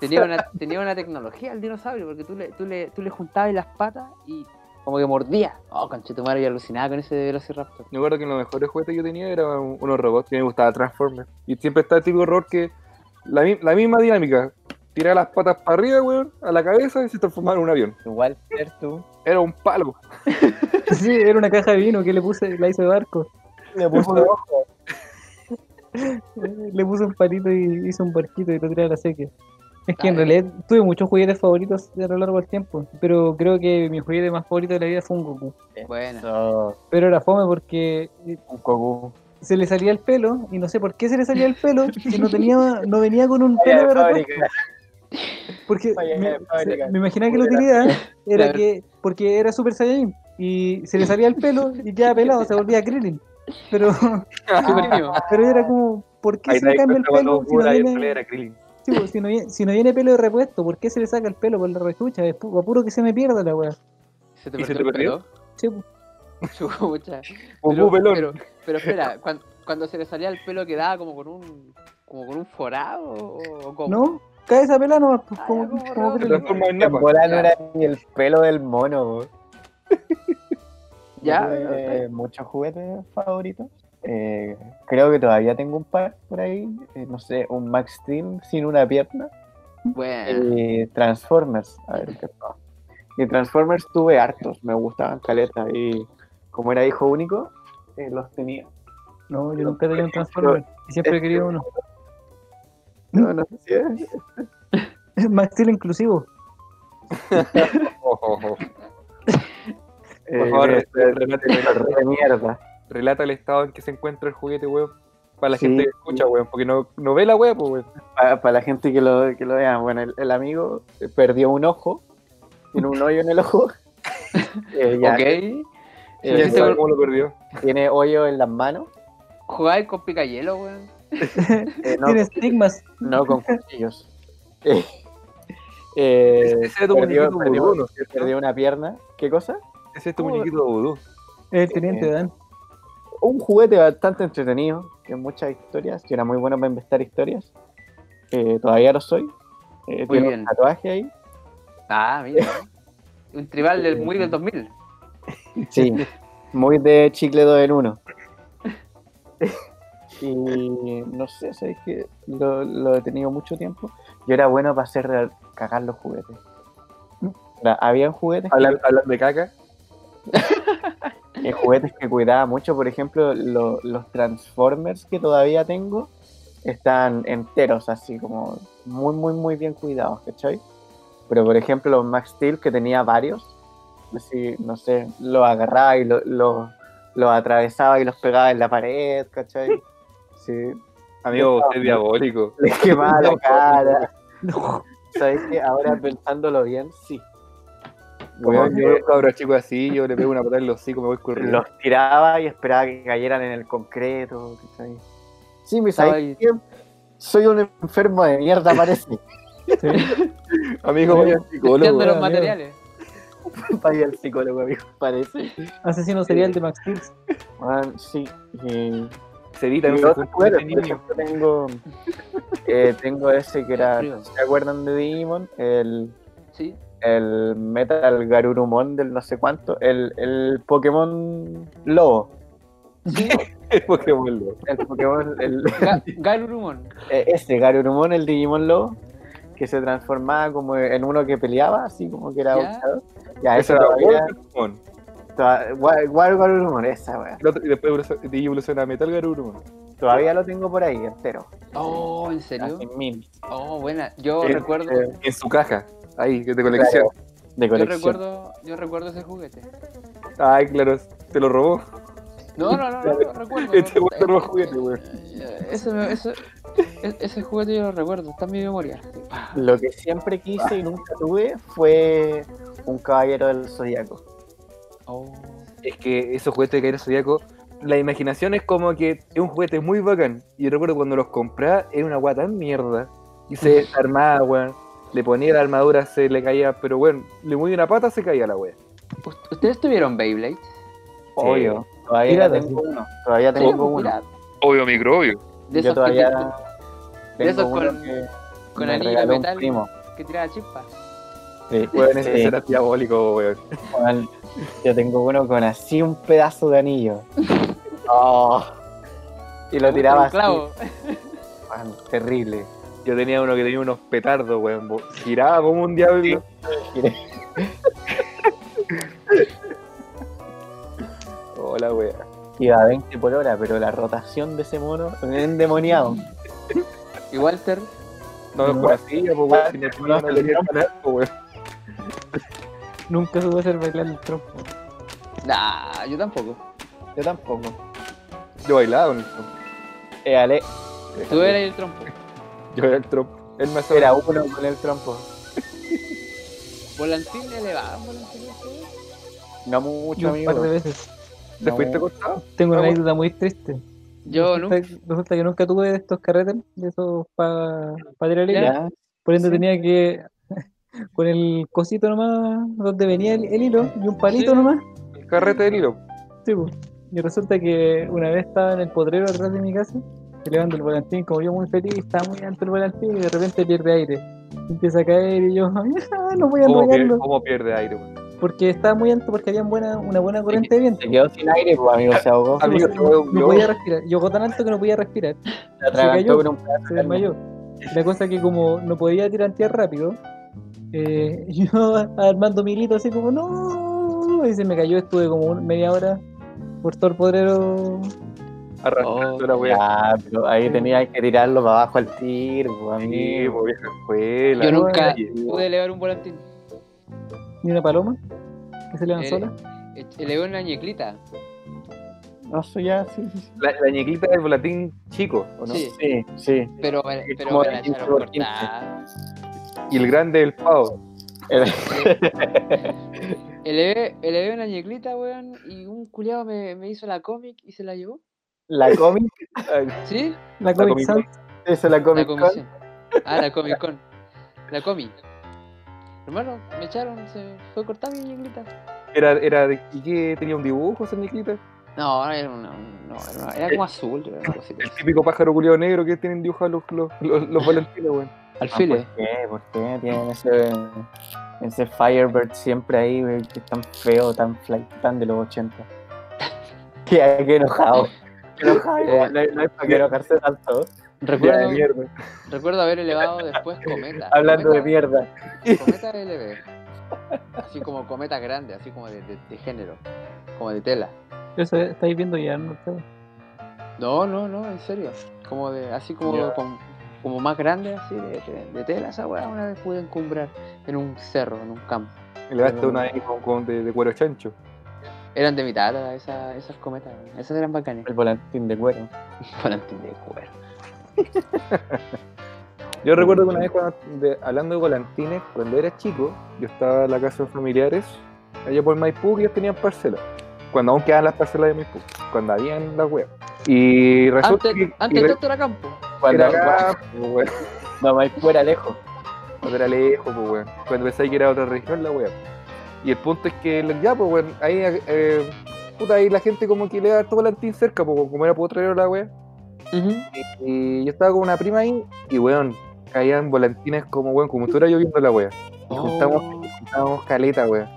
Speaker 2: tenía una, tenía una tecnología al dinosaurio, porque tú le, tú le, tú le juntabas las patas y como que mordía. Oh, conchetumare, yo alucinaba con ese velociraptor.
Speaker 3: Me acuerdo que los mejores juguetes que yo tenía eran un- unos robots que me gustaba Transformers. Y siempre estaba el típico robot que. La, mi- la misma dinámica. Tiraba las patas para arriba, weón, a la cabeza y se transformaba en un avión.
Speaker 4: Igual, ser tú.
Speaker 3: Era un palo.
Speaker 5: Sí, era una caja de vino que le puse, la hice de barco.
Speaker 4: Le puso ojo.
Speaker 5: [laughs] Le puse un palito y hice un barquito y lo tiré a la sequía. Es que en
Speaker 2: Ah, eh.
Speaker 5: realidad tuve muchos juguetes favoritos a lo largo del tiempo, pero creo que mi juguete más favorito de la vida fue un Goku.
Speaker 2: Bueno.
Speaker 4: Eso,
Speaker 5: Pero era fome porque
Speaker 4: un cogú.
Speaker 5: se le salía el pelo y no sé por qué se le salía el pelo si no tenía no venía con un
Speaker 4: Falla
Speaker 5: pelo
Speaker 4: de
Speaker 5: para atrás,
Speaker 4: fábrica.
Speaker 5: porque
Speaker 4: falla
Speaker 5: me,
Speaker 4: de fábrica.
Speaker 5: se- me imaginaba que la utilidad era que porque era super saiyajin y se le salía el pelo y quedaba pelado se volvía Krillin pero
Speaker 2: Supermimo.
Speaker 5: pero era como ¿por qué
Speaker 3: Ahí te
Speaker 5: se
Speaker 3: das
Speaker 5: le cambia el
Speaker 3: cuenta cuando
Speaker 5: pelo si no
Speaker 3: Goku era el
Speaker 5: viene,
Speaker 3: era Krillin.
Speaker 5: sí, pues, si no viene- si no viene pelo de repuesto ¿por qué se le saca el pelo por la rechucha? es pu- a puro que se me pierda la wea
Speaker 2: ¿Se te
Speaker 3: ¿Y se
Speaker 2: perdió el
Speaker 3: te perdió?
Speaker 2: pelo?
Speaker 5: Sí, pues.
Speaker 2: [laughs] Chucha.
Speaker 3: Goku pelón.
Speaker 2: pero, pero espera, [laughs] cuan- cuando, se le salía el pelo quedaba como con un como con un forado o, o
Speaker 3: Oh.
Speaker 2: como
Speaker 5: ¿no? cae esa pelada nomás pues,
Speaker 2: Ah,
Speaker 5: como,
Speaker 2: ya, como
Speaker 5: como
Speaker 2: raro.
Speaker 3: Se
Speaker 5: Krillin.
Speaker 3: transforma en
Speaker 4: En
Speaker 3: Napa.
Speaker 4: bola no era ni el pelo del mono. weón.
Speaker 2: ya.
Speaker 4: Yo tuve, eh, muchos juguetes favoritos. Eh, creo que todavía tengo un par por ahí. Eh, no sé, un Max Steel sin una pierna.
Speaker 2: Bueno,
Speaker 4: Y Transformers, a ver qué pasa. Y Transformers tuve hartos, me gustaban caleta. Y como era hijo único, eh,
Speaker 3: [laughs]
Speaker 4: los tenía.
Speaker 5: no yo nunca tenía un Transformer y siempre he querido uno
Speaker 4: No, no sé si es.
Speaker 5: [laughs] Max Steel inclusivo
Speaker 3: Oh, oh, oh. Por
Speaker 4: Eh,
Speaker 3: favor,
Speaker 4: eh,
Speaker 3: re- remate,
Speaker 4: pero
Speaker 3: remate.
Speaker 4: re mierda.
Speaker 3: relata el estado en que se encuentra el juguete, weón. Para la
Speaker 4: Sí.
Speaker 3: gente que escucha, weón, porque no, no ve la weón, pues, weón.
Speaker 4: Para la gente que lo, que lo vea, bueno, el, el amigo eh, perdió un ojo, tiene un hoyo en el
Speaker 2: [laughs]
Speaker 4: ojo. Eh, ya,
Speaker 2: ok.
Speaker 4: eh,
Speaker 3: ya
Speaker 2: sí,
Speaker 3: sabe
Speaker 2: sí.
Speaker 3: cómo lo perdió.
Speaker 4: tiene hoyo en las manos.
Speaker 2: Jugáis con picayelo, weón.
Speaker 4: eh, no,
Speaker 5: Tiene estigmas.
Speaker 4: no con cuchillos. [laughs] Eh, eh,
Speaker 3: Ese es tu
Speaker 4: perdió,
Speaker 3: muñequito
Speaker 4: perdió-
Speaker 3: vudú, ¿no es cierto?
Speaker 4: perdió una pierna. ¿Qué cosa?
Speaker 3: Ese es tu muñequito vudú.
Speaker 5: El teniente
Speaker 4: Eh,
Speaker 5: Dan.
Speaker 4: un juguete bastante entretenido, que muchas historias, yo era muy bueno para inventar historias, eh, todavía lo soy, eh,
Speaker 2: Muy
Speaker 4: tiene
Speaker 2: bien.
Speaker 4: un tatuaje ahí,
Speaker 2: Ah,
Speaker 4: [laughs]
Speaker 2: mira. Un tribal del muy del 2000.
Speaker 4: sí, muy de chicle 2 en 1. y no sé, sabes que lo, lo he tenido mucho tiempo, yo era bueno para hacer re- cagar los juguetes. Había juguetes
Speaker 3: Hablan, hablan de caca.
Speaker 4: que- eh, juguetes que cuidaba mucho, por ejemplo, lo- los Transformers que todavía tengo están enteros, así como muy, muy, muy bien cuidados, ¿cachai? Pero por ejemplo, los Max Steel que tenía varios, así, no sé, los agarraba y lo- lo- los atravesaba y los pegaba en la pared, ¿cachai? Sí,
Speaker 3: Amigo,
Speaker 4: Ah,
Speaker 3: usted es diabólico.
Speaker 4: [laughs] le quemaba la
Speaker 3: No.
Speaker 4: cara. ¿Sabes qué? Ahora pensándolo bien, sí.
Speaker 3: Weón,
Speaker 4: Como
Speaker 3: yo
Speaker 4: que
Speaker 3: veo cabros chicos así, yo le pego una patada en los hocico, me voy corriendo.
Speaker 4: [laughs] los tiraba y esperaba que cayeran en el concreto. ¿cachai? Sí, me
Speaker 2: Estaba
Speaker 4: sabes qué? Soy un enfermo de [laughs] mierda, parece.
Speaker 3: Amigo, voy al psicólogo.
Speaker 2: Testeando los
Speaker 5: amigo.
Speaker 2: materiales.
Speaker 4: Para ir al psicólogo, amigo, parece.
Speaker 5: Asesino serial de Max Steel.
Speaker 4: Weón, sí. y-
Speaker 3: Cerita, no
Speaker 4: y pues,
Speaker 3: se
Speaker 4: otros
Speaker 3: junta
Speaker 4: juguetes,
Speaker 3: ese
Speaker 4: por
Speaker 3: niño.
Speaker 4: ejemplo, tengo, eh, tengo ese que era,
Speaker 2: Frío.
Speaker 4: ¿se acuerdan de Digimon? El
Speaker 2: Sí.
Speaker 4: el Metal Garurumon del no sé cuánto, el, el Pokémon Lobo,
Speaker 3: Pokémon Go.
Speaker 4: el Pokémon, [laughs] el,
Speaker 2: Ga- Garurumon.
Speaker 4: eh, ese Garurumon, el Digimon Lobo, que se transformaba como en uno que peleaba, así como que era
Speaker 2: Ya.
Speaker 4: boxeador. Ya,
Speaker 3: Ese
Speaker 4: ese
Speaker 3: era
Speaker 4: todavía,
Speaker 3: Pokémon.
Speaker 4: toda- War- War Garurumon, esa wea.
Speaker 3: El otro- Y después evoluciona- y evoluciona a Metal Garurumon.
Speaker 4: Todavía lo tengo por ahí, entero.
Speaker 2: Oh, ¿en serio?
Speaker 4: Así, mil.
Speaker 2: Oh, buena. Yo
Speaker 3: Eh,
Speaker 2: recuerdo.
Speaker 4: Ah, eh,
Speaker 3: En su caja. Ahí, que te colección.
Speaker 4: De
Speaker 2: Yo
Speaker 4: colección.
Speaker 2: recuerdo, yo recuerdo ese juguete.
Speaker 3: Ay, claro, te lo robó.
Speaker 2: No, no, no, no,
Speaker 4: [laughs]
Speaker 2: no, recuerdo.
Speaker 3: Este
Speaker 2: no,
Speaker 3: weón te robó
Speaker 2: eh,
Speaker 3: juguete, weón.
Speaker 2: eh, Ese, me- ese, e- ese juguete yo lo recuerdo, está en mi memoria.
Speaker 4: Lo que siempre quise y nunca tuve fue un caballero del zodiaco.
Speaker 2: Oh.
Speaker 3: es que esos juguetes de Caballero Zodíaco, la imaginación es como que es un juguete muy bacán. Y yo recuerdo cuando los compraba, era una guata tan mierda. Y se desarmaba, weón. Le ponía la armadura, se le caía, pero bueno, le movía una pata, se caía la wea.
Speaker 2: ¿Ust- ¿Ustedes tuvieron Beyblade?
Speaker 4: Obvio. Todavía
Speaker 5: Pirata,
Speaker 4: tengo
Speaker 5: sí.
Speaker 4: uno. Todavía tengo uno.
Speaker 2: Mira,
Speaker 3: Obvio, micro, obvio.
Speaker 2: De
Speaker 4: yo
Speaker 2: esos
Speaker 4: todavía
Speaker 2: que,
Speaker 4: tengo
Speaker 2: de esos
Speaker 4: uno
Speaker 2: con-
Speaker 4: que
Speaker 2: con
Speaker 4: me
Speaker 2: anillo de
Speaker 4: regaló un
Speaker 2: metal.
Speaker 4: primo.
Speaker 2: te- que tiraba chispas.
Speaker 4: Sí,
Speaker 3: Weón, ese
Speaker 4: sí,
Speaker 3: era diabólico, weón.
Speaker 4: weón. Yo tengo uno con así un pedazo de anillo. Oh. Y lo tiraba
Speaker 2: Un
Speaker 4: así.
Speaker 2: clavo.
Speaker 4: weón, terrible.
Speaker 3: Yo tenía uno que tenía unos petardos, weón. bo- Giraba como un [laughs] diablo. Hola, weón.
Speaker 4: Iba a 20 por hora, pero la rotación de ese mono es endemoniado.
Speaker 2: Y Walter,
Speaker 3: No los
Speaker 5: No.
Speaker 3: conocía, pues, weón. Si no tenía, no tenía canal, pues, weón.
Speaker 5: Nunca supe hacer bailar el trompo.
Speaker 2: nah, yo tampoco.
Speaker 4: Yo tampoco.
Speaker 3: Yo bailaba con el
Speaker 4: Eh, Ale,
Speaker 2: Tú eras el trompo.
Speaker 3: Yo era el trompo. Él me hacía
Speaker 4: era uno con el trompo.
Speaker 2: Volantín elevado, volantín elevado.
Speaker 4: No mucho,
Speaker 5: Yo un
Speaker 4: amigo.
Speaker 5: par de veces.
Speaker 3: ¿Te
Speaker 4: No.
Speaker 3: fuiste acostado?
Speaker 5: Tengo una
Speaker 3: Ah, bueno.
Speaker 5: anécdota muy triste.
Speaker 2: Yo
Speaker 5: Resulta-
Speaker 2: nunca.
Speaker 5: Resulta que nunca tuve de estos carretes, de esos para pa tirar hilo.
Speaker 4: Ya.
Speaker 5: Por ende
Speaker 4: Sí.
Speaker 5: tenía que, [laughs] con el cosito nomás, donde venía el, el hilo, y un palito
Speaker 2: Sí.
Speaker 5: nomás.
Speaker 3: El carrete del hilo.
Speaker 5: Sí, po. Y resulta que una vez estaba en el potrero atrás de mi casa, elevando el volantín, como yo muy feliz, estaba muy alto el volantín y de repente pierde aire. Empieza a caer y yo, "Ah, no voy a
Speaker 3: ¿Cómo, pier-
Speaker 5: enrollarlo.
Speaker 3: cómo pierde aire, weón?
Speaker 5: Porque estaba muy alto, porque había buena, una buena corriente de viento.
Speaker 4: Se quedó sin aire, pues, amigo, se ahogó.
Speaker 3: Amigo,
Speaker 5: no,
Speaker 3: yo-
Speaker 5: no
Speaker 3: yo-
Speaker 5: podía respirar. Yo tan alto que no podía respirar.
Speaker 4: Se atragantó
Speaker 5: cayó.
Speaker 4: con un pedazo
Speaker 5: se
Speaker 4: de anillo.
Speaker 5: desmayó. La cosa es que como no podía tirantear rápido, eh, [laughs] yo armando mi grito así como no y se me cayó, estuve como un- media hora por todo el podrero.
Speaker 3: Arrastrando
Speaker 2: Oh,
Speaker 3: la weá.
Speaker 4: Ah, pero ahí tenía que tirarlo para abajo al tiro, pues,
Speaker 3: Sí,
Speaker 4: amigo.
Speaker 3: po, vieja escuela.
Speaker 2: Yo nunca
Speaker 3: Oye,
Speaker 2: pude elevar un volantín.
Speaker 5: ni una paloma que se le
Speaker 2: Eh,
Speaker 5: lanzó sola.
Speaker 2: eh, Elevé una ñeclita.
Speaker 4: No sé, ya, sí, sí.
Speaker 3: La, la ñequita del volatín chico, ¿o no?
Speaker 2: Sí,
Speaker 4: Sí, Pues sí.
Speaker 2: pero, me-
Speaker 4: Es
Speaker 2: pero
Speaker 4: como
Speaker 2: me
Speaker 4: de
Speaker 2: la
Speaker 4: 15
Speaker 2: echaron
Speaker 4: por
Speaker 2: cortada.
Speaker 3: Y el grande del pavo.
Speaker 4: Era-
Speaker 2: Elevé, elevé una ñeclita, weón, y un culiado me, me hizo la cómic y se la llevó.
Speaker 4: La cómic,
Speaker 2: ¿Sí?
Speaker 5: La
Speaker 3: Ah, Comic
Speaker 5: Comic
Speaker 3: Con.
Speaker 5: Sans,
Speaker 4: eso la
Speaker 2: La
Speaker 4: cómic. Con.
Speaker 2: comisión. Ah, la Comic Con. La Comic. Hermano, me echaron, se fue cortada mi ñeclita.
Speaker 3: Era, era de, ¿Y qué? ¿Tenía un dibujo esa ñequita?
Speaker 2: No, no, era una, no, era, una- era como azul, era una cosita
Speaker 3: El
Speaker 2: así.
Speaker 3: típico pájaro culiado negro que tienen dibujados los, los, los,
Speaker 4: [laughs]
Speaker 3: los volantines, weón.
Speaker 2: Alfiles.
Speaker 4: Ah,
Speaker 3: Ah,
Speaker 4: ¿Por qué? ¿Por qué tienen ese, ese Firebird siempre ahí, güey, que es tan feo, tan fly, tan de los [laughs] 80? Qué, qué enojado. Qué [laughs] enojado,
Speaker 2: Eh,
Speaker 4: no, hay- no hay para qué enojarse tanto.
Speaker 3: pues. Ya, de
Speaker 2: Recuerdo,
Speaker 3: mierda. [laughs]
Speaker 2: recuerdo haber elevado después Cometa.
Speaker 4: Hablando de
Speaker 2: Cometa-
Speaker 4: mierda.
Speaker 2: Cometa LB. Así como cometas grandes, así como de, de- de género, como de tela.
Speaker 5: Eso estáis viendo ya, ¿no? Ustedes.
Speaker 2: No, no, no, en serio. Como de, así como,
Speaker 3: Ya.
Speaker 2: con- como más grande, así de, de- de tela. Esa weá una vez pude encumbrar en un cerro, en un campo.
Speaker 3: Le basta una ahí con, con- de, de cuero chancho.
Speaker 2: Eran de mi tala esas, esas cometas, esas eran bacanes.
Speaker 4: El volantín de cuero.
Speaker 2: [laughs] Volantín de cuero.
Speaker 3: Yo recuerdo que una vez, cuando- de- hablando de volantines, cuando era chico, yo estaba en la casa de familiares, allá por Maipú, que ellos tenían parcelas. Cuando aún quedaban las parcelas de Maipú, cuando habían las weas. Y resulta
Speaker 2: Antes,
Speaker 3: que.
Speaker 2: antes
Speaker 3: y re-
Speaker 2: todo esto era campo.
Speaker 4: Cuando
Speaker 3: era acá, pues, weón.
Speaker 4: vamos a ir fuera lejos.
Speaker 3: Cuando era lejos, pues, weón. Cuando pensé que era otra región, la weá. Y el punto es que, la- ya, pues, weón, ahí, eh, puta, ahí la gente como que le da todo volantín cerca, pues, weón, como era potrero la weá. Y yo estaba con una prima ahí, y, weón, caían volantines como, weón, como estuviera lloviendo la weá. Y juntamos,
Speaker 2: Oh.
Speaker 3: juntamos caleta, weón.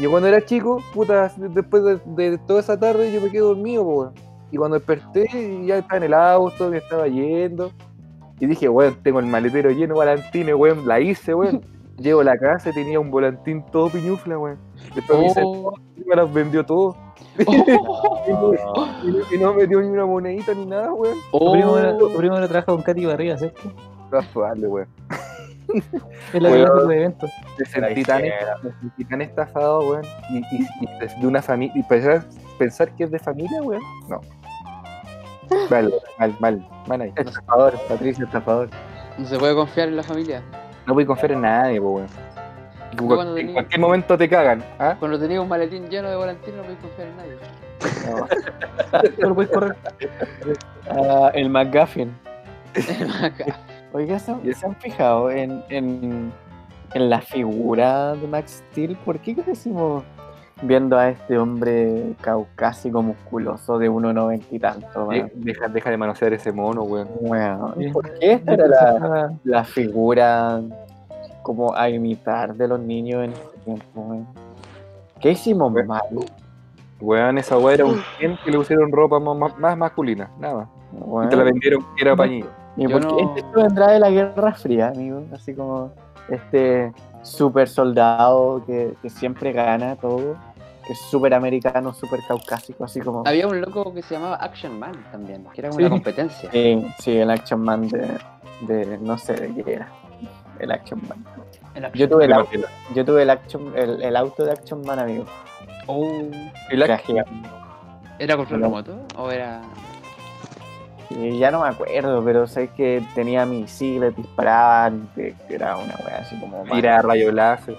Speaker 3: Yo cuando era chico, puta, después de, de toda esa tarde yo me quedé dormido, po, weón. Y cuando desperté, ya estaba en el auto, me estaba yendo. Y dije, weón, tengo el maletero lleno de volantines, weón. La hice, weón. Llego a la casa y tenía un volantín todo piñufla, weón. Después me hice,
Speaker 2: Oh.
Speaker 3: me los vendió todos. Y no-
Speaker 4: Ah,
Speaker 3: y, no, y no me dio ni una monedita ni nada, weón.
Speaker 5: Tu primo era-
Speaker 2: Oh.
Speaker 5: tu primo era trabaja con Katy Barriga, ¿cierto?
Speaker 3: Rafael, weón.
Speaker 5: Es la
Speaker 3: Weón.
Speaker 5: de eventos.
Speaker 3: Me sentí tan, me sentí tan estafado, weón. Y, y- y de- de una familia. Y pensar, pensar que es de familia, weón. No. Mal, mal, mal. Mal ahí.
Speaker 4: Estafador, Patricio, estafador.
Speaker 2: No se puede confiar en la familia.
Speaker 3: No voy a confiar en nadie, po, weón. En cual-
Speaker 2: cuando
Speaker 3: en
Speaker 2: tenía-
Speaker 3: cualquier momento te cagan, ¿ah?
Speaker 2: Cuando tenías un maletín lleno de volantín no podías confiar en nadie.
Speaker 3: [laughs] No.
Speaker 5: Solo puedes correr.
Speaker 4: Ah, el McGuffin.
Speaker 2: Acá.
Speaker 4: Oiga, ¿se,
Speaker 3: Y
Speaker 4: se han fijado en, en, en la figura de Max Steel? ¿Por qué crecimos viendo a este hombre caucásico musculoso de 1,90 y tanto?
Speaker 3: De-
Speaker 4: weón?
Speaker 3: Deja, deja de manosear ese mono, weón.
Speaker 4: Bueno,
Speaker 5: Sí.
Speaker 4: ¿por qué esta era la,
Speaker 5: Ah,
Speaker 4: la figura como a imitar de los niños en ese tiempo? weón? ¿Qué hicimos
Speaker 3: Bueno.
Speaker 4: mal?
Speaker 3: Weón, esa weá era un gen que le pusieron ropa más, más- más masculina, nada más. Y
Speaker 4: weón?
Speaker 3: te la vendieron que era pañito.
Speaker 4: ¿Y
Speaker 2: Yo
Speaker 4: por qué
Speaker 2: no-
Speaker 4: este esto vendrá de la Guerra Fría, amigo? Así como este super soldado que, que siempre gana todo, que es súper americano, súper caucásico, así como...
Speaker 2: Había un loco que se llamaba Action Man también, que era como
Speaker 5: Sí.
Speaker 2: una competencia.
Speaker 4: Sí, sí, el Action Man de, de- no sé de qué era. El Action Man.
Speaker 2: El Action
Speaker 4: Yo tuve el,
Speaker 3: Me
Speaker 4: au-
Speaker 3: imagino.
Speaker 4: yo tuve el, action, el, el auto de Action Man, amigo.
Speaker 2: Oh.
Speaker 3: El
Speaker 4: Era
Speaker 3: Action
Speaker 4: gigante.
Speaker 2: ¿Era control
Speaker 4: No.
Speaker 2: remoto? ¿O era.?
Speaker 4: Y ya no me acuerdo, pero sé que tenía misiles, disparaban, que que era una wea así como...
Speaker 3: tira rayo láser.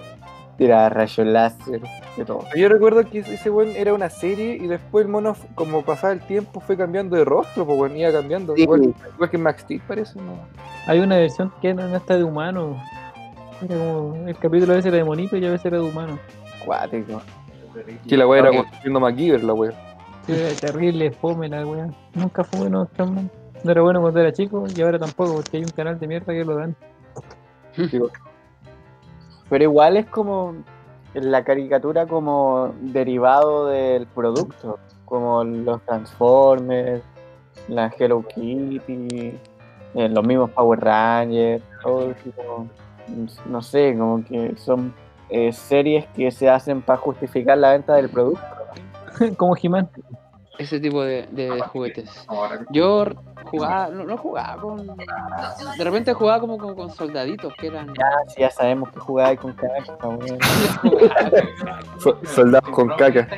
Speaker 4: Tiraba rayos láser, de todo.
Speaker 3: Yo recuerdo que ese weón era una serie y después el mono, f- como pasaba el tiempo, fue cambiando de rostro, pues weón, iba cambiando.
Speaker 4: Sí.
Speaker 3: Igual, igual que Max Steel parece, ¿no?
Speaker 5: Hay una versión que no no está de humano. Era como, el capítulo a veces era de monito y a veces era de humano.
Speaker 4: Acuático.
Speaker 3: Que la weá
Speaker 4: Ok.
Speaker 3: era construyendo MacGyver, la weá.
Speaker 5: Sí, era terrible, fome la weá. Nunca fue no, Action No era bueno cuando era chico y ahora tampoco, porque hay un canal de mierda que lo dan. [laughs]
Speaker 4: Pero igual es como la caricatura como derivado del producto, como los Transformers, la Hello Kitty, eh, los mismos Power Rangers, todo así como, no sé, como que son eh, series que se hacen para justificar la venta del producto.
Speaker 5: como He-Man.
Speaker 2: Ese tipo de, de juguetes. Yo r- jugaba, no, no jugaba con. De repente jugaba como con, con soldaditos que eran.
Speaker 4: Ah, sí, ya sabemos que jugáis con carácter, weón.
Speaker 3: So- soldados con caca.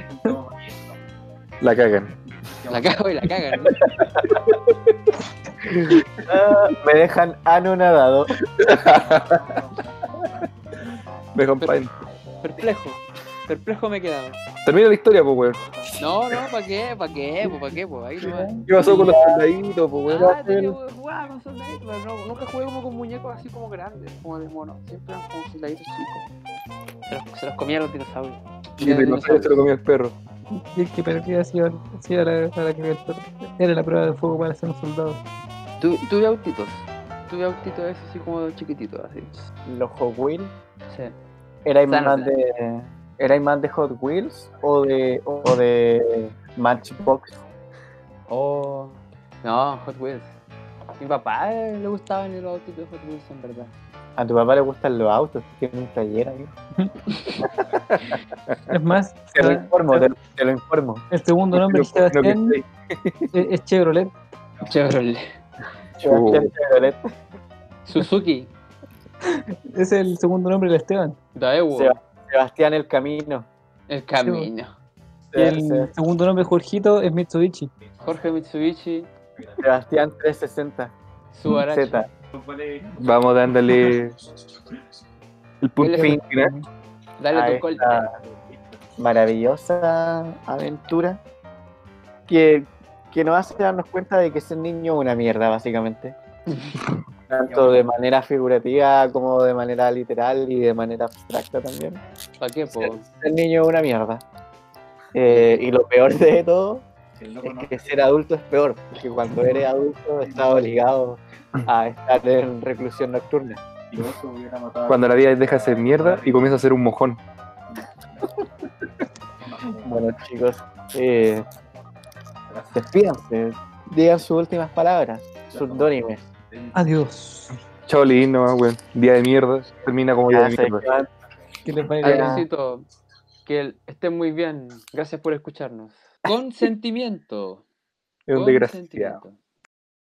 Speaker 3: La cagan.
Speaker 2: La cago y la [laughs] cagan. ¿no?
Speaker 4: Ah, Me dejan anonadado.
Speaker 3: Me compañero.
Speaker 2: Perplejo. Perplejo me he quedado.
Speaker 3: Termina la historia, pues weón.
Speaker 2: No, no, ¿para qué? ¿Para qué? ¿Para qué? po? Ahí nomás.
Speaker 3: ¿Qué pasó con los soldaditos, pues weón?
Speaker 2: Ah, sí, yo jugaba con soldaditos, pero no, nunca jugué como con muñecos así como grandes, como de mono. Siempre eran como soldaditos chicos. Se los, se los comían los dinosaurios.
Speaker 3: Y el dinosaurio se lo comió el perro.
Speaker 5: Y el que perdía así a sí, a la, a la criatura. Era la prueba de fuego para ser un soldado.
Speaker 2: Tu- tuve autitos. Tuve autitos esos así como chiquititos, así.
Speaker 4: Los Hot Wheels.
Speaker 2: Sí.
Speaker 4: ¿Erais
Speaker 2: Sana, sana.
Speaker 4: más de erais más de Hot Wheels o de o de Matchbox?
Speaker 2: Oh. No, Hot Wheels. Mi papá eh, le gustaban los autitos de Hot Wheels, en verdad.
Speaker 4: A tu papá le gustan los autos, tiene un taller ahí.
Speaker 5: Es más,
Speaker 4: Te lo
Speaker 5: ah,
Speaker 4: informo, te, lo- te lo informo.
Speaker 5: el segundo nombre es
Speaker 3: Lo- lo que
Speaker 5: Sebastián
Speaker 3: estoy-
Speaker 5: es, es Chevrolet.
Speaker 2: Chevrolet.
Speaker 4: Sebastián Chevrolet.
Speaker 2: Suzuki.
Speaker 5: Es el segundo nombre del Esteban.
Speaker 2: Daewoo.
Speaker 4: Seba- Sebastián el Camino.
Speaker 2: El camino.
Speaker 5: Y el
Speaker 4: Se-
Speaker 5: segundo nombre Jorgito es Mitsubishi.
Speaker 2: Jorge Mitsubishi.
Speaker 4: Sebastián 360
Speaker 2: Subarachi.
Speaker 4: Z.
Speaker 3: Vamos dándole el
Speaker 2: Él
Speaker 3: punto
Speaker 2: es-
Speaker 3: final.
Speaker 2: Dale
Speaker 4: Ahí
Speaker 2: tu col.
Speaker 4: está. Maravillosa aventura que, que nos hace darnos cuenta de que ser niño es una mierda, [laughs] básicamente. Tanto de manera figurativa como de manera literal y de manera abstracta también.
Speaker 2: ¿Para qué, po?
Speaker 4: Ser niño es una mierda. Eh, y lo peor de todo es que ser adulto es peor, porque cuando eres adulto estás obligado a estar en reclusión nocturna.
Speaker 3: Cuando la vida deja de ser mierda y comienza a ser un mojón.
Speaker 4: Bueno, chicos, eh, despídanse, digan sus últimas palabras, sus dónimes.
Speaker 5: Adiós.
Speaker 3: Choli, no, weón. Día de mierda. Termina como día
Speaker 4: Ah,
Speaker 3: de mierda.
Speaker 5: Que les vaya bien.
Speaker 2: Adiósito. Que el- estén muy bien. Gracias por escucharnos. Consentimiento.
Speaker 3: Es un desgraciado.
Speaker 2: Consentimiento.